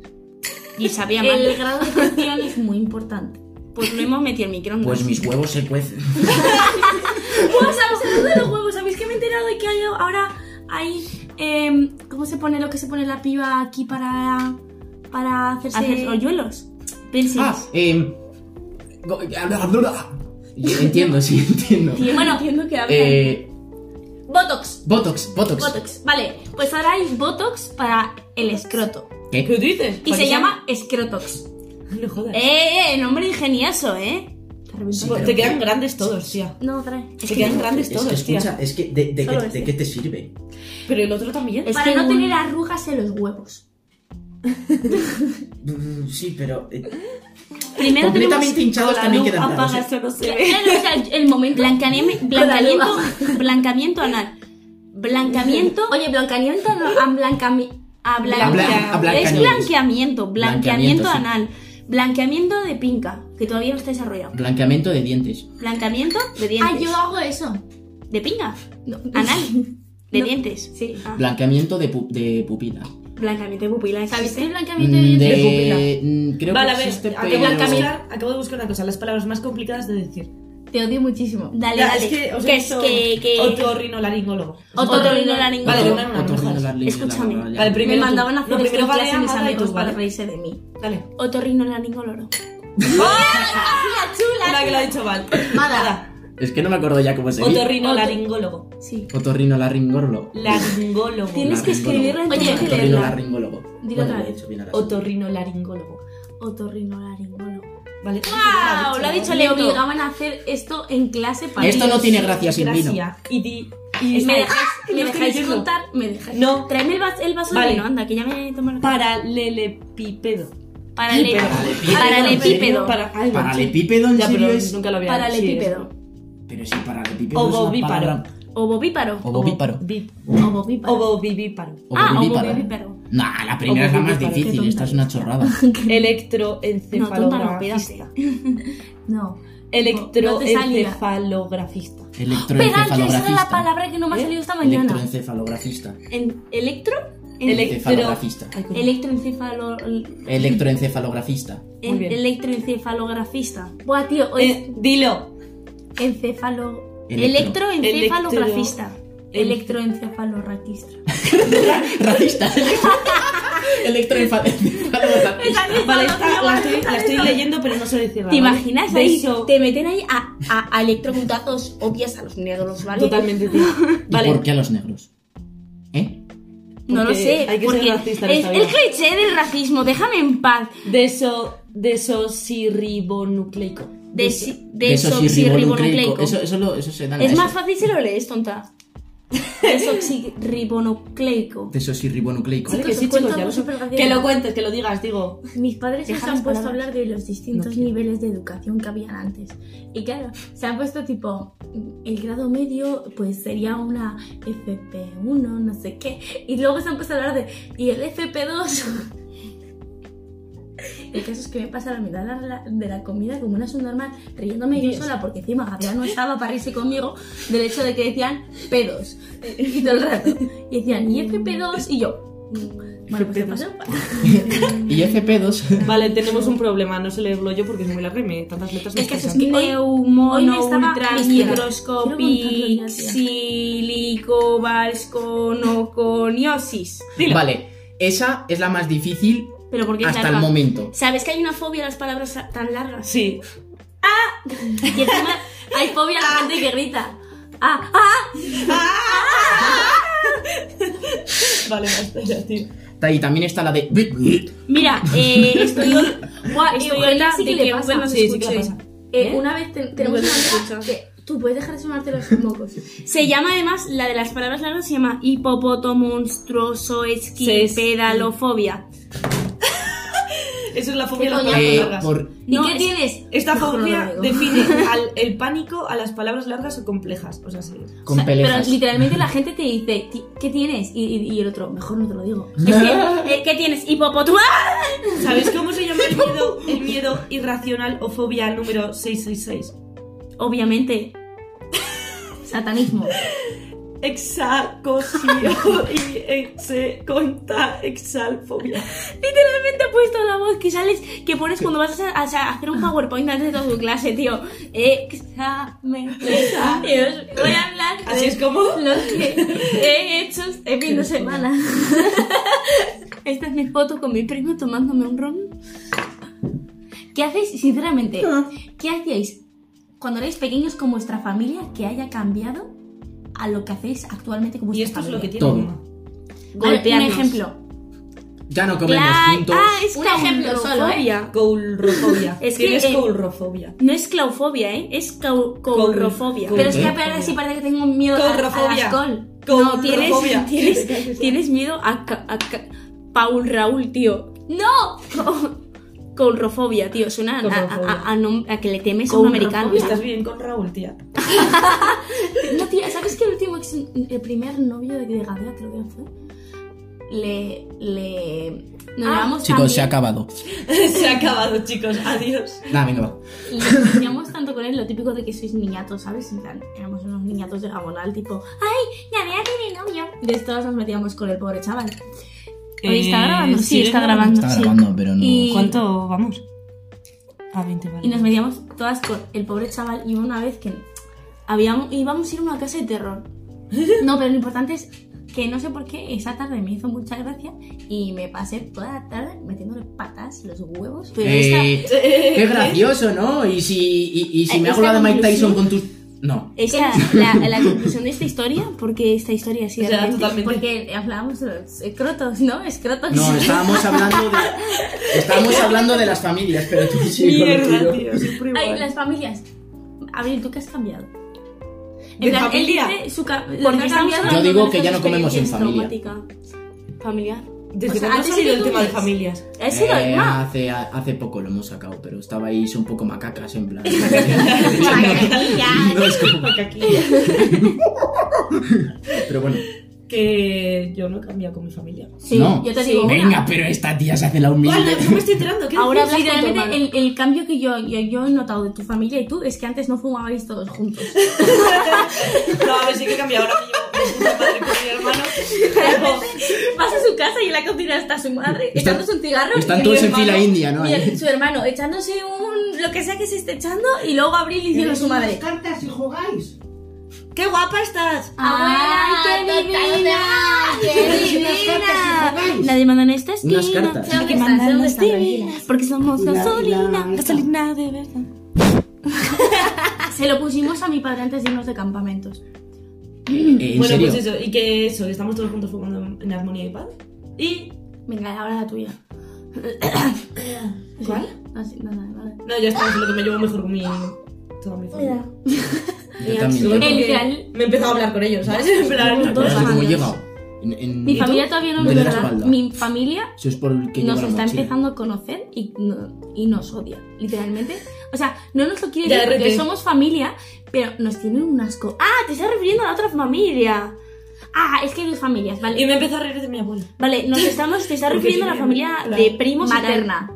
B: Y sabía mal.
E: el grado de cuestión es muy importante.
B: Pues lo hemos metido en microondas.
D: Pues mis huevos se cuecen.
B: Pues hablando de los huevos, ¿sabéis que me he enterado de que hay ahora hay em, cómo se pone lo que se pone la piba aquí para para hacerse
E: Hacer
D: em,
B: hoyuelos? Piercings.
D: Ah, eh, go- Yo entiendo, sí, entiendo.
B: Tío,
E: Bueno.
B: entiendo que hablan.
D: Eh,
E: Botox.
D: botox, botox.
E: Botox. Vale, pues ahora hay Botox para el escroto.
A: ¿Eh?
D: ¿Qué?
A: dices?
E: Y se llama Scrotox.
A: No jodas.
E: Eh, eh, nombre ingenioso, ¿eh?
D: Sí,
A: Te
D: pero-
A: quedan grandes todos, tía.
E: No, trae.
A: Te quedan grandes
D: Es que,
A: todos, tía.
D: escucha, es que, ¿de, de,
B: Solo
D: qué,
B: este.
D: ¿de qué te sirve?
A: Pero el otro también.
B: Es
E: Para
B: que
E: no
B: un-
E: tener arrugas en los huevos.
D: Mm, Sí, pero. eh,
E: Primero tenemos...
D: completamente hinchados
A: La
D: también
A: luz
D: quedan raros. eh.
A: apaga, eso Ah, no se ve.
E: Claro, o sea, el momento... Blancanieves- Blancamiento, blancamiento anal. Blancamiento... Oye, blancamiento anal... a blancami- a
D: A
E: blan-
D: blan- a
E: Es
D: Blancanieves.
E: blanqueamiento,
D: Blanqueamiento,
E: blanqueamiento
D: sí.
E: anal. Blanqueamiento de pinca, que todavía no está desarrollado.
D: Blanqueamiento de dientes.
E: Blanqueamiento de dientes.
B: Ah, yo hago eso.
E: ¿De pinga? Anal. De
B: No.
E: dientes.
B: Sí.
E: Ah,
D: Blanqueamiento de, pu- de pupila.
E: Blanqueamiento de pupila.
B: ¿Sabéis
E: existe.
B: qué es blanqueamiento
D: Mm,
B: de dientes?
D: De. mm, Creo
A: Vale, a
D: que
A: ver,
D: existe,
A: acabo, de
D: pero-
A: buscar, acabo de buscar una cosa, las palabras más complicadas de decir.
B: Te odio muchísimo.
E: Dale,
A: Ya,
E: dale.
A: es que os he
E: que es
A: visto
E: que... que...
A: otorrinolaringólogo.
E: Otorrinolaringólogo.
A: Vale, una, una, una,
D: Otorrino
A: jodas.
D: Larlín,
E: Escúchame.
D: la- la- la-
A: Vale, primero
E: me
A: tú.
E: mandaban a hacer
A: No, primero
E: estas
A: vale,
E: clases mis
A: Amada, y
E: amigos
A: tú,
E: para
A: vale.
E: reírse de mí.
A: Dale.
E: Otorrinolaringoloro. ¡Ah,
A: Una que lo ha
E: chula!
A: dicho mal.
E: Mada.
D: Es que no me acuerdo ya cómo se dice.
A: Otorrinolaringólogo.
E: Sí.
D: Otorrino laringólogo.
A: Laringólogo.
E: Tienes que escribirlo en tu Oye, hoja y
D: Otorrino
E: leerla.
D: laringólogo.
E: Dilo
D: Bueno,
E: otra
D: lo he
E: vez.
D: dicho bien ahora sí.
A: Otorrinolaringólogo.
E: Otorrinolaringólogo.
A: Vale. Ah,
E: ¡Wow! Lo ha dicho, le
A: Lento.
E: obligaban a hacer esto en clase para
D: Esto no tiene gracia sin vino.
A: Gracia. Y di... Eh, y-
E: ¿Me dejáis,
A: ¡Ah!
E: ¿me
A: No estoy
E: dejáis
A: diciendo.
E: contar? ¿Me dejáis?
A: No.
E: Tráeme el, vas- el vaso
A: Vale.
E: de vino, anda, que ya me he tomado la-
A: Paralelepipedo.
E: Paralel-
D: Paralelepípedo.
E: Paralepípedo.
A: Para- ay,
D: Paralepípedo, en
A: Ya,
D: serio
A: pero
D: es.
A: nunca lo había
E: Paralelepípedo.
D: Pero sí, paralepípedo es una
A: Ovovíparo.
D: palabra.
E: Ovovíparo.
D: Ovovíparo.
E: Ovovíparo.
A: Ovovivíparo.
E: Ah,
D: Ovovíparo.
E: ovovíparo.
D: Nah, la primera es la más
A: Ovovíparo, qué
D: difícil.
E: tonta
D: Esta es una chorrada.
E: No, tonta no,
A: Electroencefalografista.
E: pedasta. No. No te salía.
A: Electroencefalografista.
E: Pedante, esa era la
D: Electroencefalografista.
E: palabra que no me ha
A: ¿Eh?
E: salido esta mañana.
D: Electroencefalografista.
E: En electro. en-
A: Ele-
D: Electroencefalografista.
A: Ay, coño.
E: Electroencefalo.
D: Electroencefalografista.
E: en-
A: bien.
E: Electroencefalografista. Buah, tío, hoy
A: Eh, dilo.
E: encefalo.
D: Electro.
E: Electroencefalografista.
A: Electro-
E: Electroencefalorraquistra.
D: Racista. Electroencefalografista.
A: Vale, esta la estoy, la estoy leyendo, pero no sé decirla.
E: ¿Te
A: ¿vale?
E: imaginas ahí?
A: Beso.
E: Te meten ahí a, a, a electrocutazos obvias a los negros, ¿vale?
A: Totalmente, tío.
D: ¿Y
A: Vale.
D: por qué a los negros? ¿Eh?
E: No lo
A: Porque
E: sé.
A: hay que ser
E: porque
A: racista en
E: es
A: esta
E: el
A: vida.
E: cliché del racismo, déjame en paz.
A: Deso, desosirribonucleico.
E: De,
A: Deso-
E: si- de desoxirribonucleico.
D: Eso, eso, lo, eso se da
E: es más fácil si lo lees, tonta. Desoxirribonucleico.
D: Desoxirribonucleico.
A: Vale, que
E: Chicos,
A: sí, chicos,
E: os cuento
A: ya lo
E: mucho,
A: sé.
E: pero gracias.
A: Que lo cuentes, que lo digas, digo.
E: Mis padres
B: Deja
E: se
B: las
E: han puesto a
B: palabras.
E: hablar de los distintos niveles de educación que habían antes. Y claro, se han puesto tipo, el grado medio pues sería una FP1, no sé qué. Y luego se han puesto a hablar de, y el FP2. El caso es que me pasa la mitad de la, de la comida como una subnormal, riéndome yo sola, porque encima Gabriel no estaba para irse conmigo, del hecho de que decían pedos. Y todo el rato. Y decían, y FP2, y yo. Bueno, pues te
A: FP2.
E: pasó.
D: Y FP2.
A: Vale, tenemos un problema, no sé leerlo yo porque es muy largo y me tantas letras me
E: Es que eso es
A: estresan.
E: que hoy-
B: Neumono,
E: hoy me estaba-
B: ultra,
E: Mira, quiero
B: microscopi,
E: contarlo ya, tía.
B: silicobalsconoconiosis.
D: Vale, esa es la más difícil
E: Pero porque es
D: hasta el
E: larga.
D: momento.
E: ¿Sabes que hay una fobia a las palabras tan largas?
A: Sí.
E: Y encima hay fobia a la gente que grita. Ah, ah,
A: Vale, basta ya, tío.
D: Y también está la de.
E: mira, eh, estoy, Buah, eh,
B: Estoy
E: ojalá
B: harta
E: sí que
B: de
E: le
B: que
E: pasa.
B: Google nos
A: Sí, sí que
B: escuche.
A: la pasa.
E: Eh, una vez te- tenemos una amiga que tú puedes dejar de sumarte los mocos.
B: Se llama además, la de las palabras largas se llama hipopotomonstruoso
A: Ses-
B: pedalofobia.
A: Eso es la fobia de las
E: coño?
A: palabras
D: Eh,
A: largas.
D: por-
E: ¿Y
B: No,
E: qué
B: es-
E: tienes?
A: Esta
E: Mejor no lo
A: fobia
E: digo.
A: define al, el pánico a las palabras largas o complejas. O sea, sí.
E: O
D: con
E: sea, pero
D: peleas.
E: literalmente la gente te dice, "Ti- ¿qué tienes? Y, y- y el otro, mejor no te lo digo. Es que, eh, ¿qué tienes? Hipopotua.
A: ¿Sabéis cómo se llama el miedo, el miedo irracional o fobia número 666?
E: Obviamente. Satanismo.
A: Exacosio y exe conta exalfobia.
E: Literalmente he puesto la voz que sales, que pones cuando vas a, a- a hacer un PowerPoint antes de toda tu clase, tío. Examen. Dios, voy a hablar
A: Así
E: de
A: es como.
E: lo que he hecho este fin de semana. Esta es mi foto con mi primo Ah. tomándome un ron. ¿Qué hacéis, sinceramente? ¿Qué hacíais cuando erais pequeños con vuestra familia que haya cambiado a lo que hacéis actualmente con
A: Y esto
E: vuestra
A: es
E: familia.
A: lo que tiene
D: Todo.
A: mamá.
E: Un
B: Golpearnos.
E: ejemplo.
D: Ya no comemos
E: Claro.
D: juntos.
B: Ah, es
E: Un
B: ejemplo
E: ejemplo solo,
A: ¿eh?
B: solo.
A: Coulrofobia.
B: Es que,
A: Tienes
B: eh,
A: coulrofobia.
B: No es claufobia, ¿eh? Es cau- coulrofobia.
A: Coul-
E: Pero es que
D: ¿Eh?
E: aparte sí parece que tengo miedo a- al
A: Coulrofobia.
E: alcohol.
B: No, tienes,
A: Coulrofobia.
B: tienes, tienes miedo a, ca- a ca- Paul Raúl, tío. ¡No! Coulrofobia, tío. Suena a, a- a- a nom- a que le temes a un americano.
A: Estás bien con Raúl, tía.
E: No, tía, ¿sabes que el último ex- el primer novio de, de Gabriela, creo que fue? Le. le. Nos llevamos
D: Chicos, se ha
E: tan
D: acabado.
A: Se ha acabado, chicos. Adiós.
D: Nada, venga, va.
E: bien- le- nos llevamos tanto con él, lo típico de que sois niñatos, ¿sabes? En plan, éramos unos niñatos de gabonal, tipo, ¡ay! Gabriela tiene novio. De estos nos metíamos con el pobre chaval. Oye, ¿Está
A: Eh,
E: grabando? Sí,
A: ¿sigue
E: está
A: grabando?
E: grabando.
D: Está
E: sí.
D: grabando, pero no.
E: Y-
A: ¿Cuánto vamos? A 20, vale.
E: Y nos metíamos todas con el pobre chaval y hubo una vez que habíamos, íbamos a ir a una casa de terror. No, pero lo importante es que no sé por qué esa tarde me hizo mucha gracia y me pasé toda la tarde metiéndole patas, los huevos. Pero
D: Eh, qué gracioso, ¿no? Y si, y, y si me
B: ¿Esta
D: hago la de Mike
B: conclusión?
D: Tyson con tus. No.
B: Esa es la, la conclusión de esta historia, porque esta historia ha sido
A: O sea,
B: realmente-
A: totalmente.
E: Porque hablábamos de los escrotos, ¿no? Escrotos.
D: No, estábamos hablando de. Estábamos hablando de las familias, pero tú sí, con lo
A: Mierda,
D: tuyo.
A: tío. Siempre igual.
E: Ay, las familias. A ver, ¿tú qué has cambiado? En
A: ¿De
E: él
A: familia?
E: dice su ca- lo
B: Porque
E: que ha
B: estamos
E: cambiado-
B: hablando
D: Yo digo
B: de
D: que ya no
B: nuestras
D: comemos en
B: experiencias traumáticas. Familiar.
E: o
A: ¿Desde
E: sea,
A: cuándo ha
E: antes
A: salido el
E: de
A: tema de
E: lunes.
A: familias?
E: Ha sido
D: Eh,
E: el más.
D: hace, hace poco lo hemos sacado, pero estabais un poco macacas en plan.
E: Maravilla.
D: No, es como- Pero bueno.
A: Que yo no he cambiado con mi familia.
E: Sí,
D: no.
E: yo te digo una.
D: Venga, pero esta tía se hace la humilde.
A: Vale, no me estoy enterando. ¿qué
E: Ahora
A: dices?
E: hablas
A: Literalmente
E: literalmente
A: el-
E: el, el cambio que yo, yo, yo he notado de tu familia y tú es que antes no fumabais todos juntos.
A: eh, No, a ver, sí que he cambiado. Ahora que yo me junto padre con mi hermano.
E: Vas a su casa y en la cocina está su madre
D: Están-
E: echándose un cigarro.
D: están
E: y
D: todos
E: su
D: en fila india, ¿no?
E: y el- su hermano echándose un lo que sea que se esté echando y luego Abril diciendo a su madre.
F: cartas y jugáis?
A: ¡Qué guapa estás!
B: Ah,
E: ¡Ay, qué divina! ¡Qué divina!
B: La demanda en esta esquina.
D: Unas cartas.
E: ¿Dónde
B: que
E: estás?
B: mandan
E: ¿Dónde
B: las
E: estás?
B: divinas, Porque somos
F: La- la-
B: gasolina.
F: la-
B: Gasolina de verdad.
E: Se lo pusimos a mi padre antes de irnos de campamentos.
D: Eh, en
A: bueno,
D: serio.
A: pues eso. Y que eso, estamos todos juntos fumando en armonía y paz. Y.
E: Venga, ahora la tuya. ¿Cuál? No, sí, no, no, vale.
A: No, ya estamos lo que me llevo mejor con mi. Toda mi familia.
D: Yo también.
A: Solo
E: El
A: porque
E: real-
A: Me he empezado a hablar con ellos, ¿sabes? En plan,
D: Pero
A: todos
D: eso es como
A: malos.
D: he llegado. En- en-
E: Mi familia todavía no
D: de
E: me
D: la
E: perdona.
D: espalda.
E: Mi familia
D: Eso es por el que lleva
E: nos
D: la
E: está
D: mochila.
E: empezando a conocer y, no- y nos odia, literalmente. O sea, no nos lo quiere
A: Ya,
E: decir
A: de
E: porque
A: repente.
E: somos familia, pero nos tienen un asco.
B: Ah, te estás refiriendo a la otra familia.
E: Ah, es que hay dos familias,
A: Y
E: vale.
A: me empezó a reír de mi abuela.
B: Vale, nos estamos, te estás
A: Porque
B: refiriendo a la
A: sí,
B: familia
A: claro.
B: de primos y tal.
E: Materna.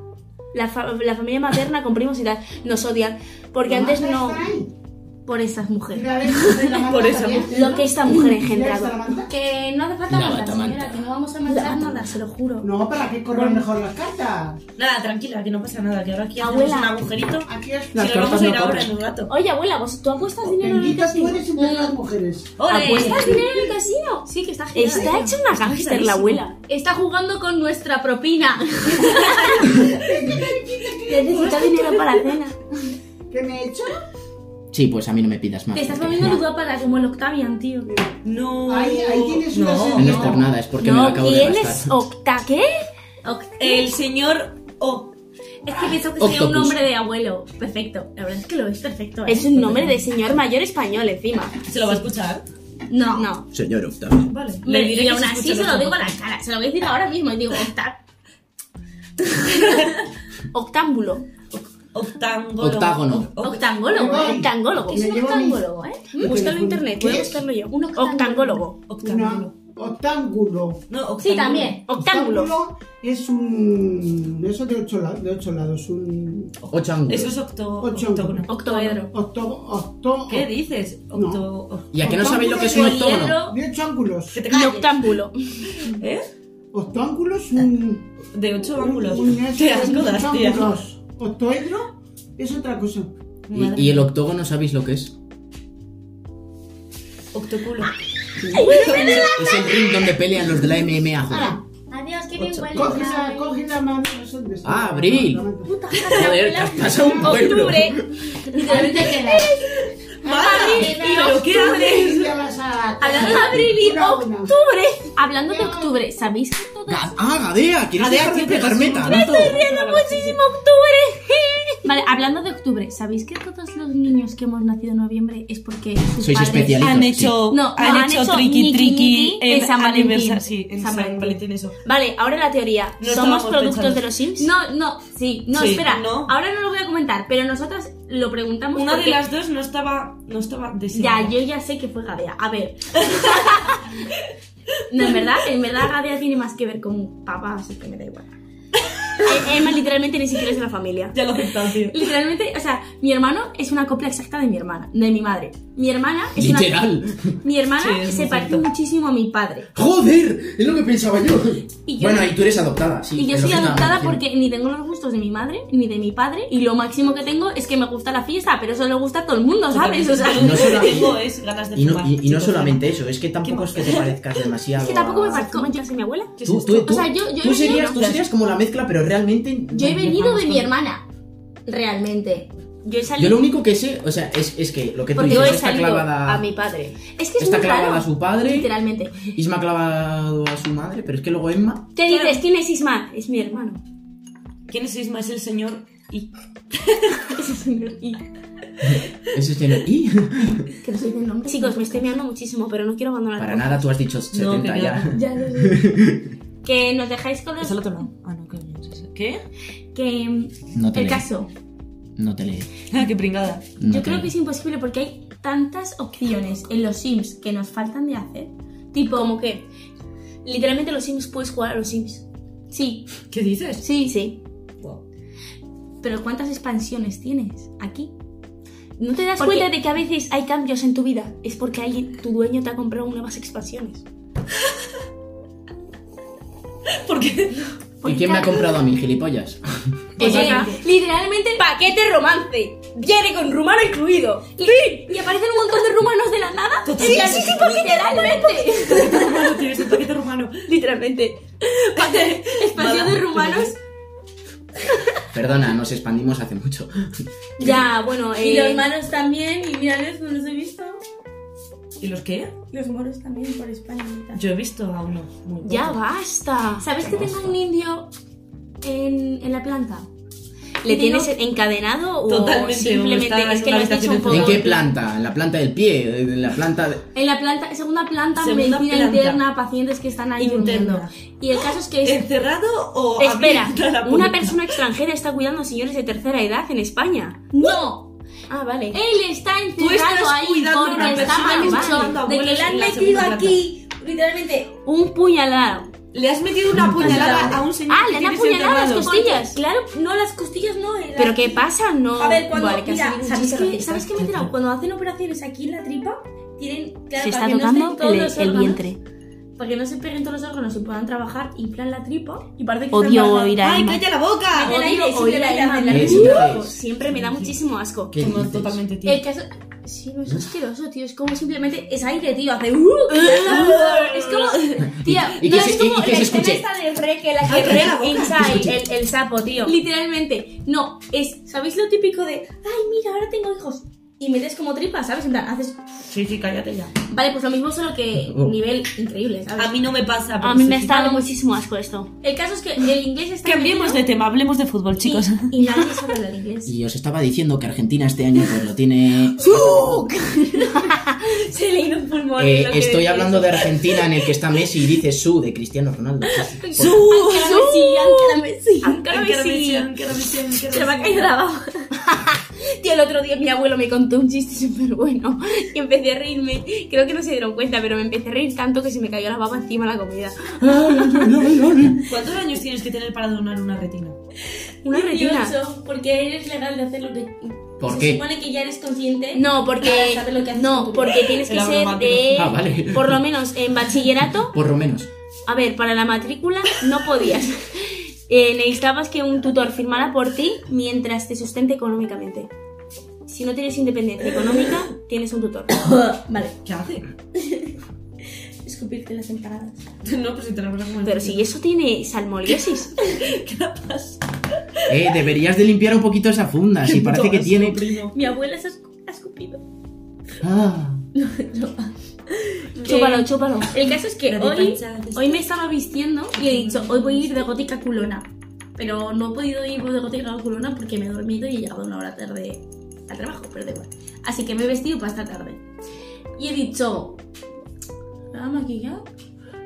B: La, fa- la familia materna con primos y tal. Nos odian. Porque antes no.
E: Por esas mujeres.
F: Por
A: Por esa
B: Lo que esta mujer ha
F: ¿Mira esta
B: engendrado.
F: manta?
E: Que no hace falta
D: La
E: mandar,
D: batamanta.
E: señora, que no vamos a mandar nada, se lo juro.
F: No, para que corran mejor las cartas.
A: Nada, tranquila, que no pasa nada, que ahora aquí hacemos
E: Abuela.
A: un agujerito.
F: Aquí es.
A: Si nos vamos
D: cartas
A: a
D: no
A: ir ahora
D: corren.
A: en un rato.
E: Oye, abuela, ¿vos, ¿tú apuestas dinero en el
F: Bendita tú
E: casino?
F: eres entre
B: Mm.
F: las mujeres.
A: ¡Ole!
E: ¿Apuestas dinero en el casino? Sí, que está genial.
B: Está hecha una gangster la abuela.
E: Está jugando con nuestra propina. Necesita dinero para la cena.
F: ¿Qué me he hecho?
D: Sí, pues a mí no me pidas más.
E: Te estás
D: porque-
E: poniendo
D: no.
E: ludópata como el Octavian, tío.
A: No.
F: Ahí- ahí tienes una
A: no.
F: serie.
D: No es por nada, es porque me lo
B: No,
D: acabo
B: ¿quién
D: de
B: es
D: gastar.
B: Octa? ¿Qué?
A: El señor O.
E: Es que pienso que sería un
D: Octopus.
E: nombre de abuelo. Perfecto. La verdad es que lo es perfecto. ¿eh?
B: Es un nombre de señor mayor español encima.
A: ¿Se lo va a escuchar?
E: No.
B: No.
D: Señor Octavio.
A: Vale.
E: Me-
A: Le diré
E: y
A: que
E: aún
A: se
E: así
A: escuche
E: se lo
A: mejor.
E: digo a la cara. Se lo voy a decir ahora mismo. Y digo, Octa.
B: Octámbulo.
A: Octágono.
D: Octágono.
A: O- o-
E: Octangólogo.
F: Ay.
B: Octangólogo.
E: ¿Qué es
F: Me
E: un
F: llevo mis-
E: octangólogo, eh?
B: Búscalo en internet, voy a
F: ¿Qué?
B: buscarlo yo.
E: Un
B: octangólogo.
F: Una
A: Octágono.
F: octángulo.
A: No, octágono.
E: Sí, también.
B: Octángulo.
F: Octángulo es un. Eso de ocho, la- de ocho lados. Un.
D: Ocho ángulos.
A: Eso es octo...
F: Ocho.
A: octógono.
E: Octoedro.
F: Octo. octo
A: ¿Qué dices?
F: No.
A: Octo... o-
D: ¿Y a qué no sabéis lo que es un
F: Octángulo
D: octógono?
E: Poliedro.
F: de ocho ángulos.
A: Que te
B: Y
A: calles.
B: octámbulo.
A: ¿Eh?
F: Octángulos, un.
A: De ocho ángulos.
F: Un- un-
A: Qué asco das, tía.
F: octángulos. Octoedro es otra cosa.
D: Y, y el octógono sabéis lo que es.
A: Octoculo.
D: Es el ring donde pelean los de la MMA. joder.
E: Adiós, qué
B: da igual.
F: Coge
B: es
F: la,
B: la-
F: coge la mano. no sé dónde está.
D: Ah, abril.
B: Puta,
D: Joder, te has pasado un pueblo.
B: octubre. Literalmente que la-
A: ¿Pero qué haces?
F: Ya vas a-
B: Hablando de abril y
F: Una buena.
B: octubre. Hablando de octubre, ¿sabéis que todo
D: Ga- Ah, Gadea, ¿quieres
A: Gadea,
D: dejar de
A: siempre
D: pegarme
A: las-
D: tanto?
B: muchísimo octubre? Vale, hablando de octubre, ¿sabéis que todos los niños que hemos nacido en noviembre es porque sus
D: Sois
B: padres
D: especialistas.
A: Han
D: sí.
A: hecho,
B: No, no,
A: han
B: han
A: hecho
B: hecho
A: triqui
B: niqui,
A: triqui
B: niqui en San Valentín.
A: aniversa- Sí, en
B: San
A: San
B: Valentín.
A: Valentín, eso.
B: Vale, ahora la teoría.
A: No
B: ¿Somos
A: estábamos
B: productos
A: pensando.
B: de los Sims?
E: No, no, sí.
B: No,
A: Sí,
B: espera,
A: no.
B: ahora no lo voy a comentar, pero nosotras lo preguntamos
A: Una de
B: Pues porque-
A: las dos no estaba, no estaba deseada.
B: Ya, yo ya sé que fue Gadea. A ver. no, en verdad, en verdad Gadea tiene más que ver con papá, así que me da igual. E- Emma literalmente ni siquiera es de la familia.
A: Ya lo he aceptado, tío.
B: Literalmente, o sea, mi hermano es una copia exacta de mi hermana, de mi madre. Mi hermana es
D: Literal.
B: una. Mi hermana
A: Sí, es muy
B: se parece
A: cierto.
B: muchísimo a mi padre.
D: Joder, es lo que pensaba yo.
B: Y yo-
D: Bueno, y tú eres adoptada, sí.
B: Y yo
D: es lo
B: soy
D: que estaba
B: adoptada
D: diciendo.
B: porque ni tengo los gustos de mi madre ni de mi padre. Y lo máximo que tengo es que me gusta la fiesta, pero eso le gusta a todo el mundo, ¿sabes? O sea,
A: Yo
D: Y
A: lo
D: no
A: que
D: sola-
A: tengo es ganas de
D: Y no,
A: fumar,
D: y- y no
A: chicos.
D: solamente eso, es que tampoco es que te parezcas demasiado.
B: es que tampoco me
D: a-
B: parezco mucho a mi abuela.
D: Tú, tú, tú,
B: O sea, yo- yo he
D: tú
B: venido-
D: serías, tú serías como la mezcla, pero realmente.
B: Yo he
D: no-
B: venido de mi
D: no-
B: hermana, realmente. Yo he
D: Yo
B: salido
D: lo único que sé, o sea, es, es que lo que tú
B: porque yo
D: dices
B: he
D: está
B: salido
D: clavada.
B: a mi padre. Es que es
D: está
B: muy
D: clavada
B: raro,
D: a su padre.
B: Literalmente.
D: Isma ha clavado a su madre, pero es que luego Emma.
B: ¿Qué dices? ¿Quién es Isma? Es mi hermano.
A: ¿Quién es Isma? Es el señor y
B: Ese señor. Y-
D: Eso es tiene. Y.
E: Que no soy del nombre.
B: Chicos, me estoy meando muchísimo, pero no quiero abandonar.
D: Para
B: el
D: nada, tú has dicho 70
A: que
D: ya.
E: Ya, ya, ya.
B: podcast. Que nos dejáis con los...
A: Es el otro lado. Ah, no, qué bien. ¿Qué?
B: Que mm,
D: No te
B: el
D: lees.
B: caso.
D: No te lees.
A: Ah, qué pringada.
D: No
B: Yo
D: te
B: creo que
D: lees.
B: es imposible porque hay tantas opciones en los Sims que nos faltan de hacer. Tipo, como que literalmente los Sims puedes jugar a los Sims. Sí,
A: ¿Qué dices?
B: sí, sí.
A: Wow.
B: Pero ¿cuántas expansiones tienes aquí? ¿No te das
E: Porque-
B: cuenta de que a veces hay cambios en tu vida? Es porque alguien, tu dueño te ha comprado nuevas expansiones.
A: ¿Por qué?
D: ¿Y quién me ha comprado a mí, gilipollas?
B: Pues
E: Ella.
B: acá, literalmente paquete romance. Viene con rumano incluido. Y, y aparecen un montón de rumanos de la nada. Sí, sí, sí, literalmente.
A: Rumano, tienes un paquete rumano.
B: Literalmente. Paquete- Expansión de rumanos.
D: Perdona, nos expandimos hace mucho.
B: Ya, bueno, eh,
E: Y los manos también, y mira, no los he visto.
A: ¿Y los qué?
E: Los moros también por España. y tal.
A: Yo he visto a uno. muy guapo.
B: ya basta. ¿Sabes que tengo un indio en, en la planta? ¿Le tienes encadenado o
A: Totalmente, o
B: simplemente
A: está
B: es
A: en
B: que
A: una
B: lo has dicho un
A: habitación
B: poco?
D: ¿En qué planta? ¿En la planta del pie? ¿En la planta de-
B: En la planta, segunda planta,
A: Segunda
B: medicina
A: planta.
B: interna, pacientes que están ahí
A: Interna.
B: durmiendo. Y el caso es que es-
A: ¿Encerrado o
B: Espera,
A: abierta la
B: una
A: puerta?
B: persona extranjera está cuidando a señores de tercera edad en España.
E: ¡No!
B: Ah, vale.
E: Él está
A: Tú
E: encerrado
A: estás
E: ahí
A: cuidando a una
E: porque está
A: persona que está
E: malucho
A: dando
E: de que
A: vueltas
E: le han
A: en la
E: metido
A: segunda planta.
E: aquí, literalmente.
B: Un puñalado.
A: Le has metido una puñalada a un señor
B: Ah,
A: que
B: le han
A: tienes
B: apuñalado las
A: enterrado.
B: costillas.
E: Claro, no, las costillas no. eh, la-
B: ¿Pero qué pasa? No.
E: A ver, cuando.
B: Vale, que ha
E: mira,
B: sido un
E: ¿sabes
B: chiste
E: qué,
B: racista.
E: ¿sabes qué me he enterado? Cuando hacen operaciones aquí en la tripa, tienen. Claro,
B: Se
E: para
B: está
E: que no
B: tocando
E: estén todos
B: el,
E: los
B: el
E: órganos,
B: vientre.
E: Para que no se peguen todos los órganos y puedan trabajar, inflan la tripa y parece que
B: Odio
E: están
B: oír a
A: ¡Ay,
B: Emma.
A: calla la boca!
E: Odio aire,
B: Odio
E: sube
B: oír
E: el
B: a
E: aire,
B: Emma
E: hace el
B: hablar.
D: aire.
B: Sí,
D: Uf,
B: Siempre me da muchísimo asco.
D: ¿Qué
A: No,
D: dices?
A: totalmente, tío.
B: Eh,
E: El caso. Sí, no es asqueroso, tío. Es como simplemente es aire, tío. Hace. "Uh", es como. Tío,
D: Y que
E: no
D: se-
E: es como
D: y que
E: la
D: se
E: escena
D: escuche.
E: esta de Re que la que
A: Ay,
E: Re
A: calla la boca.
E: inside, el, el sapo, tío.
B: Literalmente.
E: No, es. ¿Sabéis lo típico de. Ay, mira, ahora tengo hijos. Y metes como tripa, ¿sabes? En plan, haces.
A: Sí, sí, cállate ya.
E: Vale, pues lo mismo, solo que
D: Oh.
E: nivel increíble, ¿sabes?
A: A mí no me pasa.
B: A mí me está dando muchísimo asco esto.
E: El caso es que el inglés está.
A: Cambiemos de
E: metido
A: tema, hablemos de fútbol, chicos.
E: Y, y nadie sabe hablar inglés.
D: Y os estaba diciendo que Argentina este año pues lo tiene...
E: Se le ha ido un pulmón.
D: Eh,
E: lo que
D: estoy
E: decía.
D: hablando de Argentina en el que está Messi y dice su de Cristiano Ronaldo. Pues, Por-
E: Ankara Messi, Ankara Messi.
B: Ankara Messi.
E: Se me ha caído la baba.
B: Tío, el otro día mi abuelo me contó un chiste súper bueno y empecé a reírme. Creo que no se dieron cuenta, pero me empecé a reír tanto que se me cayó la baba encima de la comida.
A: ¿Cuántos años tienes que tener para donar una retina?
B: Una retina.
E: 18, porque eres legal de hacer lo que.
D: ¿Por
E: se
D: qué?
E: supone que ya eres consciente.
B: No, porque
E: Para saber lo que haces con
B: no,
E: tu
B: porque tienes que
A: Era
B: ser
A: broma,
E: eh,
B: de
D: Ah, vale.
B: por lo menos en bachillerato.
D: Por lo menos.
B: A ver, para la matrícula no podías. Eh, necesitabas que un tutor firmara por ti mientras te sustente económicamente. Si
A: Eh.
B: no
A: Ah,
B: tienes independencia económica, tienes un tutor.
E: Vale.
A: ¿Qué hace?
E: Es escupirte las empanadas.
A: No, pues si te la vas a comer.
B: Pero si eso tiene salmoliosis.
A: ¿Qué la pasa?
D: Eh, deberías de limpiar un poquito esa funda, si parece que tiene...
E: Mi abuela se ha escu- ha escupido.
D: Ah,
B: chúpalo, chúpalo.
E: El caso es que
A: Pero de
E: hoy,
A: pancha, de-
E: hoy me estaba vistiendo y he dicho, hoy voy a ir de gótica culona. Pero no he podido ir de gótica culona porque me he dormido y he llegado una hora tarde al trabajo, pero da igual. Así que me he vestido para esta tarde. Y he dicho, me voy a maquillar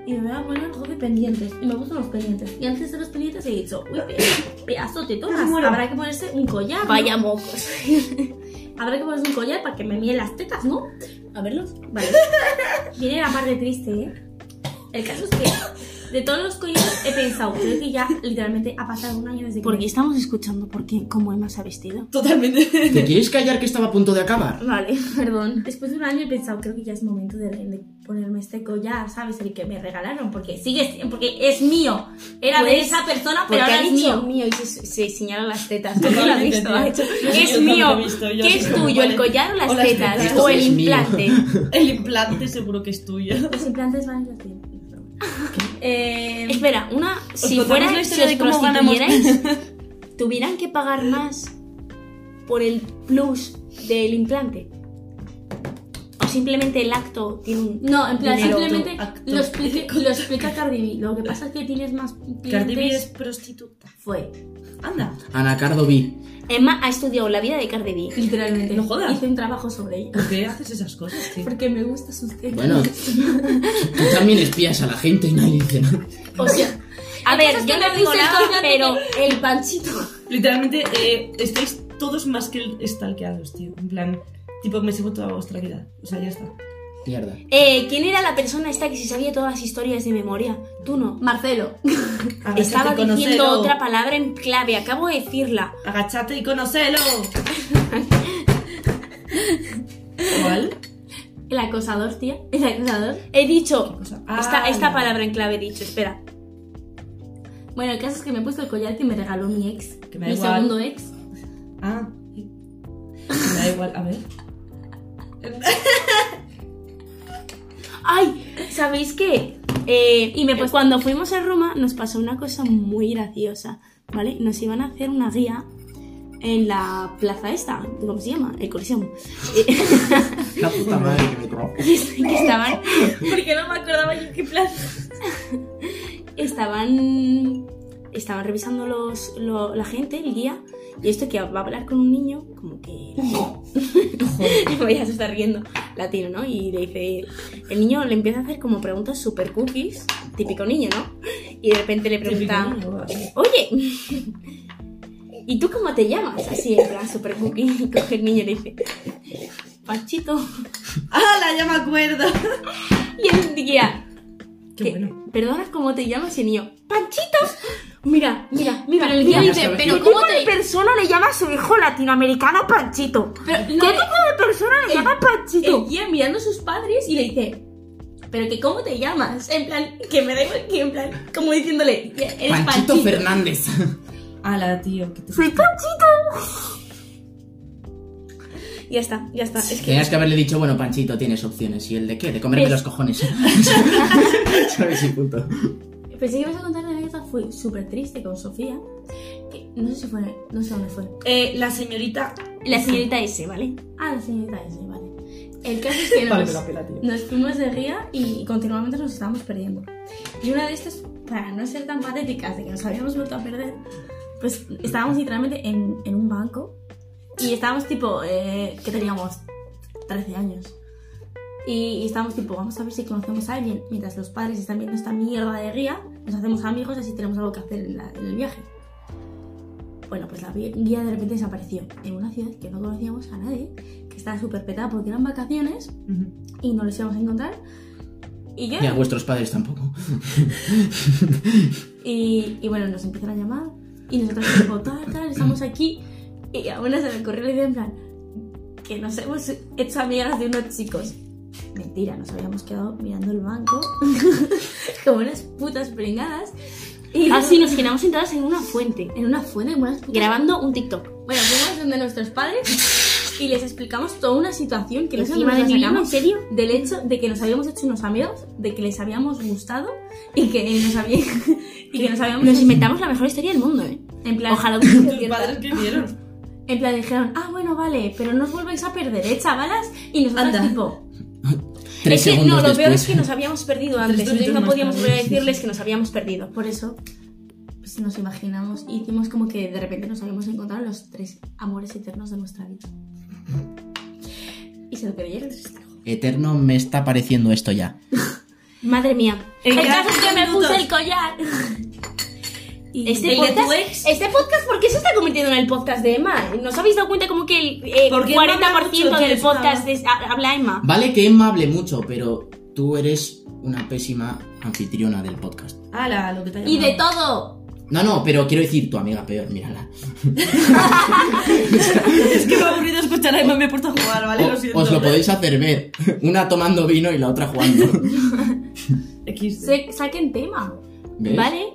E: y me voy a poner algo de pendientes. Y me he puesto unos pendientes. Y antes de los pendientes he dicho, uy, pe- pedazo te tomas. Habrá que ponerse un collar. ¿no?
B: Vaya mocos.
E: Habrá que ponerse un collar para que me mire las tetas, ¿no?
B: A verlos.
E: Vale. Viene la parte triste, ¿eh? El caso es que de todos los collares he pensado, creo que ya literalmente ha pasado un año desde que...
B: Porque estamos escuchando porque cómo Emma se ha vestido.
A: Totalmente.
D: ¿te quieres callar que estaba a punto de acabar?
B: Vale.
E: Perdón. Después de un año he pensado, creo que ya es momento de, de ponerme este collar, ¿sabes? El que me regalaron, porque sigue... Porque es mío. Era de
B: Pues,
E: esa persona,
B: Porque
E: pero ahora
B: ha
E: es
B: dicho
E: mío.
B: mío y se, se señalan las tetas. No lo has visto.
A: tío.
B: ha hecho,
A: Yo sí,
B: Es
A: yo también
B: mío.
A: lo he visto, yo
B: ¿Qué
A: sí,
B: es
A: como,
B: tuyo?
A: vale.
B: ¿El collar o las
A: O las
B: tetas?
D: tetas.
B: ¿O el
D: Es mío.
B: implante?
A: El implante seguro que es tuyo.
E: Los implantes van en las piernas. Eh,
B: Espera, una. Si
A: contamos
B: fuera
A: la
B: si
A: historia
B: os
A: de cómo ganamos.
B: prostituyerais, tuvieran que pagar más por el plus del implante. O simplemente el acto tiene un.
E: No, en plan,
B: Dinero,
E: simplemente
A: tú, acto.
E: lo, explique- lo explica Cardi B. Lo que pasa es que tienes más clientes...
A: Cardi B es prostituta.
E: Fue.
A: Anda.
D: Ana Cardovi.
B: Emma ha estudiado la vida de Cardi B.
E: Literalmente.
A: No jodas.
E: Hice un trabajo sobre ella.
A: ¿Por qué haces esas cosas, tío?
E: Porque me gusta sus tetas.
D: Bueno, tú también espías a la gente y nadie dice nada.
E: O sea,
B: A
E: es
B: ver,
E: que
B: yo
E: no
B: no digo
E: dices
B: nada,
E: cosas de
B: pero el
E: panchito.
A: Literalmente, eh, estáis todos más que estalqueados, tío. En plan, tipo, me sigo toda vuestra vida. O sea, ya está.
D: Mierda.
B: Eh, ¿Quién era la persona esta que se sabía todas las historias de memoria? Tú no.
E: Marcelo.
A: Agáchate
B: Estaba
A: y conocelo.
B: diciendo otra palabra en clave, acabo de decirla.
A: Agáchate y conocelo. ¿Cuál?
E: El acosador, tía. El acosador.
B: He dicho
A: cosa?
B: esta,
A: Ah,
B: esta
A: no.
B: palabra en clave, he dicho, espera.
E: Bueno, el caso es que me he puesto el collar que me regaló mi ex.
A: Que me da
E: mi
A: igual.
E: segundo ex.
A: Ah. Me da igual, a ver.
B: Ay, ¿sabéis qué? Eh, y me pues cuando fuimos a Roma nos pasó una cosa muy graciosa, ¿vale? Nos iban a hacer una guía en la plaza esta, ¿cómo se llama? El Coliseum. Eh,
D: La puta madre que me trajo.
B: que estaban,
E: Porque no me acordaba yo qué plan.
B: estaban, estaban revisando los, lo- la gente, el guía, y esto que va a hablar con un niño, como que... Me voy a estar riendo latino, ¿no? Y le dice, el niño le empieza a hacer como preguntas super cookies, típico niño, ¿no? Y de repente le pregunta...
A: Típico, ¿no?
B: Oye, ¿y tú cómo te llamas? Así en plan super cookie. Y coge el niño y le dice, Panchito.
A: ¡Hala! Ya me acuerdo.
B: Y él diría,
A: Qué
B: "¿Qué?
A: bueno.
B: ¿Perdonas cómo te llamas? Y el niño, Panchito. Mira, mira, mira.
E: Pero el
B: mira,
E: guía
D: dice,
B: ¿qué
E: pero
B: tipo
E: ¿cómo
B: de
E: te-
B: persona le llama a su hijo latinoamericano Panchito?
E: Pero
B: ¿Qué tipo de persona le
E: el-
B: llama Panchito?
E: El guía mirando a sus padres y le dice... Pero que cómo te llamas, en plan, que me da igual, que en plan, como diciéndole, "Ya eres
D: Panchito,
E: Panchito".
D: Fernández.
A: ¡Hala, tío! Que te...
B: Soy Panchito. Ya está, ya está. Es que
D: Tenías que haberle dicho, bueno, Panchito, tienes opciones. ¿Y el de qué? De comerme
B: Es-
D: los cojones. ¿Sabes? Y punto.
E: Pensé que ibas a contar la anécdota, fui súper triste con Sofía. Que no sé si fue, no sé dónde fue.
A: Eh, la señorita...
B: la señorita S, ¿vale?
E: Ah, la señorita S, vale. El caso es que
A: Vale, me
E: nos,
A: la pela, tío.
E: nos fuimos de guía y continuamente nos estábamos perdiendo. Y una de estas, para no ser tan patéticas de que nos habíamos vuelto a perder, pues estábamos literalmente en, en un banco y estábamos tipo, eh, que teníamos 13 años. Y, y estábamos tipo, vamos a ver si conocemos a alguien. Mientras los padres están viendo esta mierda de guía, nos hacemos amigos y así tenemos algo que hacer en, la- en el viaje. Bueno, pues la vi- guía de repente desapareció en una ciudad que no conocíamos a nadie, que estaba súper petada porque eran vacaciones
A: Ujú.
E: y no les íbamos a encontrar. Y yo,
D: Y a vuestros padres tampoco.
E: y, y bueno, nos empiezan a llamar y nosotros tipo, tal, tal, estamos aquí. Y a una se me ocurrió la idea en plan, que nos hemos hecho amigas de unos chicos. Mentira, nos habíamos quedado mirando el banco como unas putas pringadas. Y
B: Así Ah, nos quedamos sentadas en una fuente,
E: en una fuente como unas putas
B: grabando un TikTok.
E: Bueno, fuimos donde nuestros padres y les explicamos toda una situación que nosotros
B: Encima de
E: nos
B: mi libro, ¿en
E: sacamos
B: serio?
E: del hecho de que nos habíamos hecho unos amigos, de que les habíamos gustado y que nos, había, y que nos habíamos...
B: Nos inventamos la mejor historia del mundo, ¿eh?
E: En plan,
B: Ojalá hubiese sido
A: ¿Tus
B: cierta.
A: padres qué vieron?
E: En plan, dijeron, ah, bueno, vale, pero no os volváis a perder, ¿eh, chavalas? Y nosotros,
A: Anda.
E: tipo...
D: Tres
B: es que, no,
D: segundos
B: lo
D: después.
B: peor es que nos habíamos perdido antes.
A: minutos
B: Entonces no
A: más
B: podíamos
A: tarde,
B: volver a
A: sí,
B: decirles que nos habíamos perdido.
E: Por eso pues, nos imaginamos y hicimos como que de repente nos habíamos encontrado los tres amores eternos de nuestra vida. Y se lo creyeron.
D: Eterno me está pareciendo esto ya.
B: Madre mía.
E: El
A: En
E: caso es
A: cada
E: que me
A: minuto.
E: puse el collar. Y
B: Este
A: ¿El de tu
B: podcast,
A: ex?
B: este podcast, ¿por qué se está convirtiendo en el podcast de Emma? ¿Nos habéis dado cuenta como que el eh,
A: Porque Emma habla
B: 40%
A: mucho de
B: del
A: esta-
B: podcast es- ha- habla Emma?
D: Vale que Emma hable mucho, pero tú eres una pésima anfitriona del podcast.
A: Ala, lo que te ha
E: Y de
B: Ah.
A: llamado.
E: todo.
D: No, no, pero quiero decir, tu amiga peor, mírala.
A: Es que me ha aburrido escuchar a Emma, me he puesto a jugar, ¿vale? Lo
D: O-
A: siento.
D: Os lo podéis hacer ver. Una tomando vino y la otra jugando.
A: XD.
E: Se- saquen tema.
D: ¿Ves?
B: ¿Vale?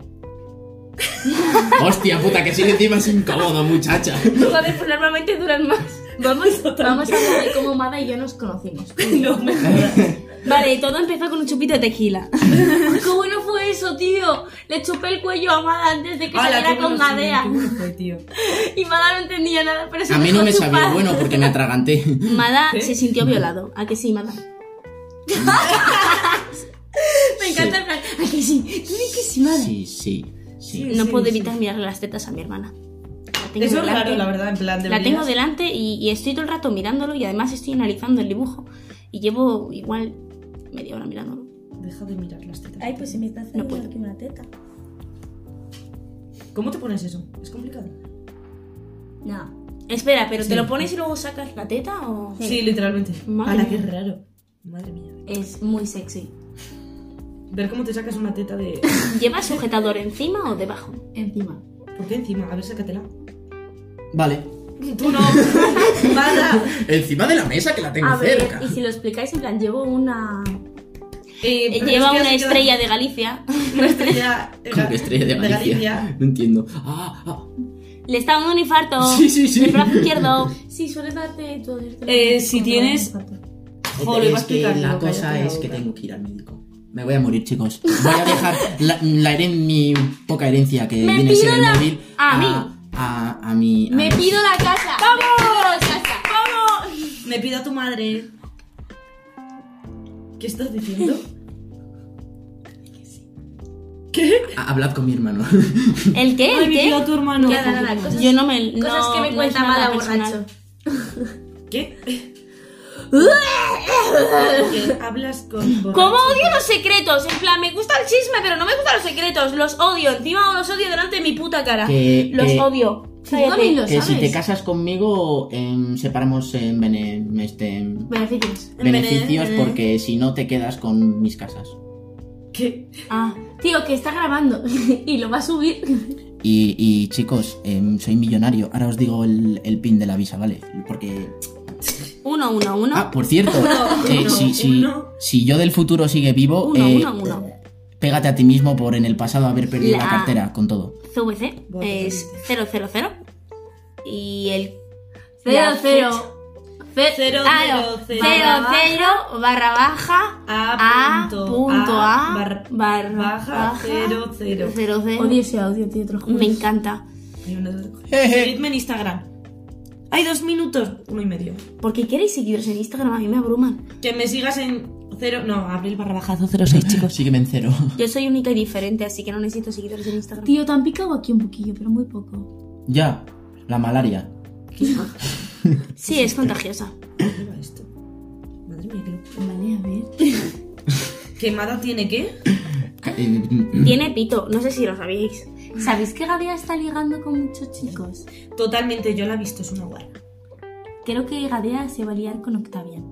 D: Hostia puta, que si encima es incómodo, muchacha.
B: Joder, pues normalmente duran más.
E: Vamos, vamos a hablar de cómo Mada y yo nos conocimos.
A: No me jodas.
B: Vale, todo empezó con un chupito de tequila.
E: ¡Qué bueno fue eso, tío! Le chupé el cuello a Mada antes de que
A: Ala,
E: saliera
A: qué
E: con
A: bueno, sí,
E: Madea.
A: qué bueno fue, tío.
E: Y Mada no entendía nada, pero se
D: A mí no
E: dejó
D: me sabía
E: chupar.
D: bueno porque me atraganté.
B: Mada
A: ¿Sí?
B: se sintió violado. ¿A que sí, Mada?
E: Me encanta el plan. ¡Ay, que sí! ¡Ay, que sí, Mada!
D: Sí, sí, sí.
B: No
A: sí,
B: puedo
A: sí.
B: evitar mirarle las tetas a mi hermana. La
A: Eso
B: tengo
A: es
B: delante.
A: raro, la verdad, en plan de
B: La tengo delante y, y estoy todo el rato mirándolo y además estoy analizando el dibujo y llevo igual media hora mirándolo.
A: Deja de mirar las tetas.
E: Ay, pues se me está
B: No
E: haciendo
B: puedo.
E: aquí una teta.
A: ¿Cómo te pones eso? Es complicado.
E: No.
B: Espera, pero
A: Sí.
B: ¿te lo pones y luego sacas la teta o...?
A: Sí, literalmente.
B: Madre
A: Ala,
B: mía.
A: qué raro. Madre mía.
E: Es muy sexy.
A: Ver cómo te sacas una teta de.
B: ¿Llevas sujetador encima o debajo?
E: Encima.
A: ¿Por qué encima? A ver, sácatela.
D: Vale.
A: Tú no. Mala.
D: Encima de la mesa que la tengo
E: A ver,
D: cerca.
E: y si lo explicáis, en plan, llevo una.
A: Eh,
B: Eh,
A: pero
B: Lleva
A: es que
B: una
A: así queda-
B: estrella de Galicia.
A: Una estrella.
D: Como que estrella de Galicia. No entiendo. Ah, ah.
B: Le está dando un infarto.
D: Sí, sí, sí.
B: El brazo izquierdo.
E: Sí, suele darte todo esto.
A: Eh, si tienes- Joder, iba a
D: es que
A: explicarlo,
D: la
A: cállate
D: cosa
A: la
D: es
A: boca.
D: que tengo que ir al médico. Me voy a morir, chicos. Voy a dejar la, la heren- mi poca herencia que
E: Me
D: viene a ser
E: pido
D: el
E: la-
D: móvil
B: a
D: A, a mi. a
E: Me
D: mi-
E: pido la casa. ¡Vamos! casa. ¡Vamos!
A: Me pido a tu madre. ¿Qué estás diciendo? ¿Qué?
D: a- hablad con mi hermano.
B: ¿El qué?
A: Ay,
B: ¿El
A: me pido a
B: qué?
A: tu hermano.
E: Nada, nada, cosas,
B: Yo no me... No,
E: cosas que me
B: no
E: cuenta
B: es nada
E: Mada
B: personal.
E: borracho.
A: ¿Qué? Que hablas con. borrachos.
B: Como odio los secretos, en plan, me gusta el chisme, pero no me gustan los secretos, los odio, encima los odio delante de mi puta cara.
D: Que-
B: los
D: que-
B: odio.
E: Sí, tú también lo
D: que si te
E: sabes.
D: casas conmigo, em, separamos en bene- este, em,
E: Beneficios.
D: beneficios
A: bene-
D: porque si no te quedas con mis casas.
A: ¿Qué?
B: Ah,
E: Tío, que está grabando y lo va a subir.
D: Y, y, chicos, em, soy millonario. Ahora os digo el, el pin de la visa, ¿vale? Porque
B: uno, uno, uno.
D: Ah, por cierto, eh,
A: uno,
D: si, si-
A: uno.
D: si yo del futuro sigue vivo,
B: Uno,
D: eh,
B: uno, uno.
D: pégate a ti mismo por en el pasado haber perdido la,
B: La-
D: cartera con todo.
B: CVC
A: Votos
B: es 000 y el
E: Cero,
B: la fecha-
E: cero. Fe-
A: Cero,
B: Ah,
A: cero,
B: no,
A: cero,
B: cero,
A: barra
B: cero, barra baja
A: A punto A
B: barra,
A: barra- baja, cero, cero.
B: cero, cero.
E: Odio ese audio, tío, te lo juro.
B: Me encanta.
A: Hay una-
D: Jeje.
A: Seguidme en Instagram. Hay dos minutos. Uno y medio.
B: ¿Por qué queréis seguidores en Instagram? A mí me abruman.
A: Que me sigas en cero. No, abril barra bajazo 06, chicos.
D: Sígueme en cero.
B: Yo soy única y diferente, así que no necesito seguidores en Instagram.
E: Tío, te han picado aquí un poquillo, pero muy poco.
D: Ya, la malaria.
B: Sí, es contagiosa.
A: ¿Qué va esto? Madre mía, qué locura.
E: Vale, a ver.
A: ¿Quemada tiene qué?
D: Ca- eh,
B: Mm. Tiene pito, no sé si lo sabéis.
E: Ah. ¿Sabéis que Gadea está ligando con muchos chicos?
A: Totalmente, yo la he visto, es una guarra.
E: Creo que Gadea se va a liar con Octavian.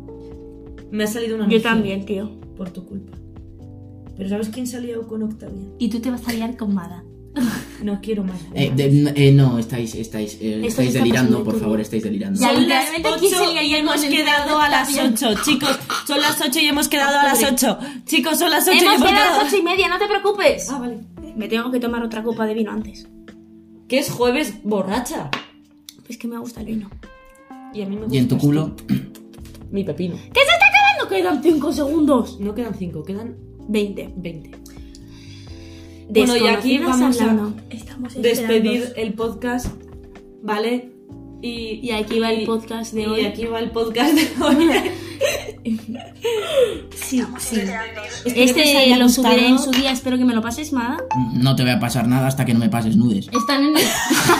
A: Me ha salido una
B: Yo
A: anuncio
B: también, tío.
A: Por tu culpa. Pero ¿sabes quién salió con Octavia?
E: Y tú te vas a liar con Mada.
A: No quiero más.
D: eh, de- eh, no, estáis, estáis, eh,
B: Esto
D: estáis
B: está
D: delirando,
B: pasando
D: por
B: todo.
D: favor, estáis delirando.
E: Ya.
A: Son las
E: literalmente, ¿quién se
A: ocho
E: liaría
A: y hemos
E: con el
A: quedado
E: perro
A: a las
E: también?
A: 8, chicos. Son las 8 y hemos quedado a las 8. Chicos, son las 8 y
B: Hemos
A: hemos
B: quedado a
A: quedado.
B: las ocho y media, no te preocupes.
A: Ah, vale.
B: Me tengo que tomar otra copa de vino antes.
A: Que es jueves borracha.
B: Es que me gusta el vino.
A: Y a mí me gusta.
D: Y en tu
A: esto.
D: culo.
A: Mi pepino.
B: No quedan 5 segundos.
A: No quedan 5, quedan
B: 20.
A: 20.
B: Bueno,
A: y aquí vamos a-
E: Estamos
A: Despedir el podcast, ¿vale? Y,
B: Y aquí va el
A: y-
B: podcast de
A: y
B: hoy.
A: aquí va el podcast de hoy.
B: Sí, sí.
E: Espero que os
B: Este
E: haya
B: lo subiré en
E: gustado.
B: su día. Espero que me lo pases, Mada.
D: No te voy a pasar nada hasta que no me pases nudes.
E: Están en el...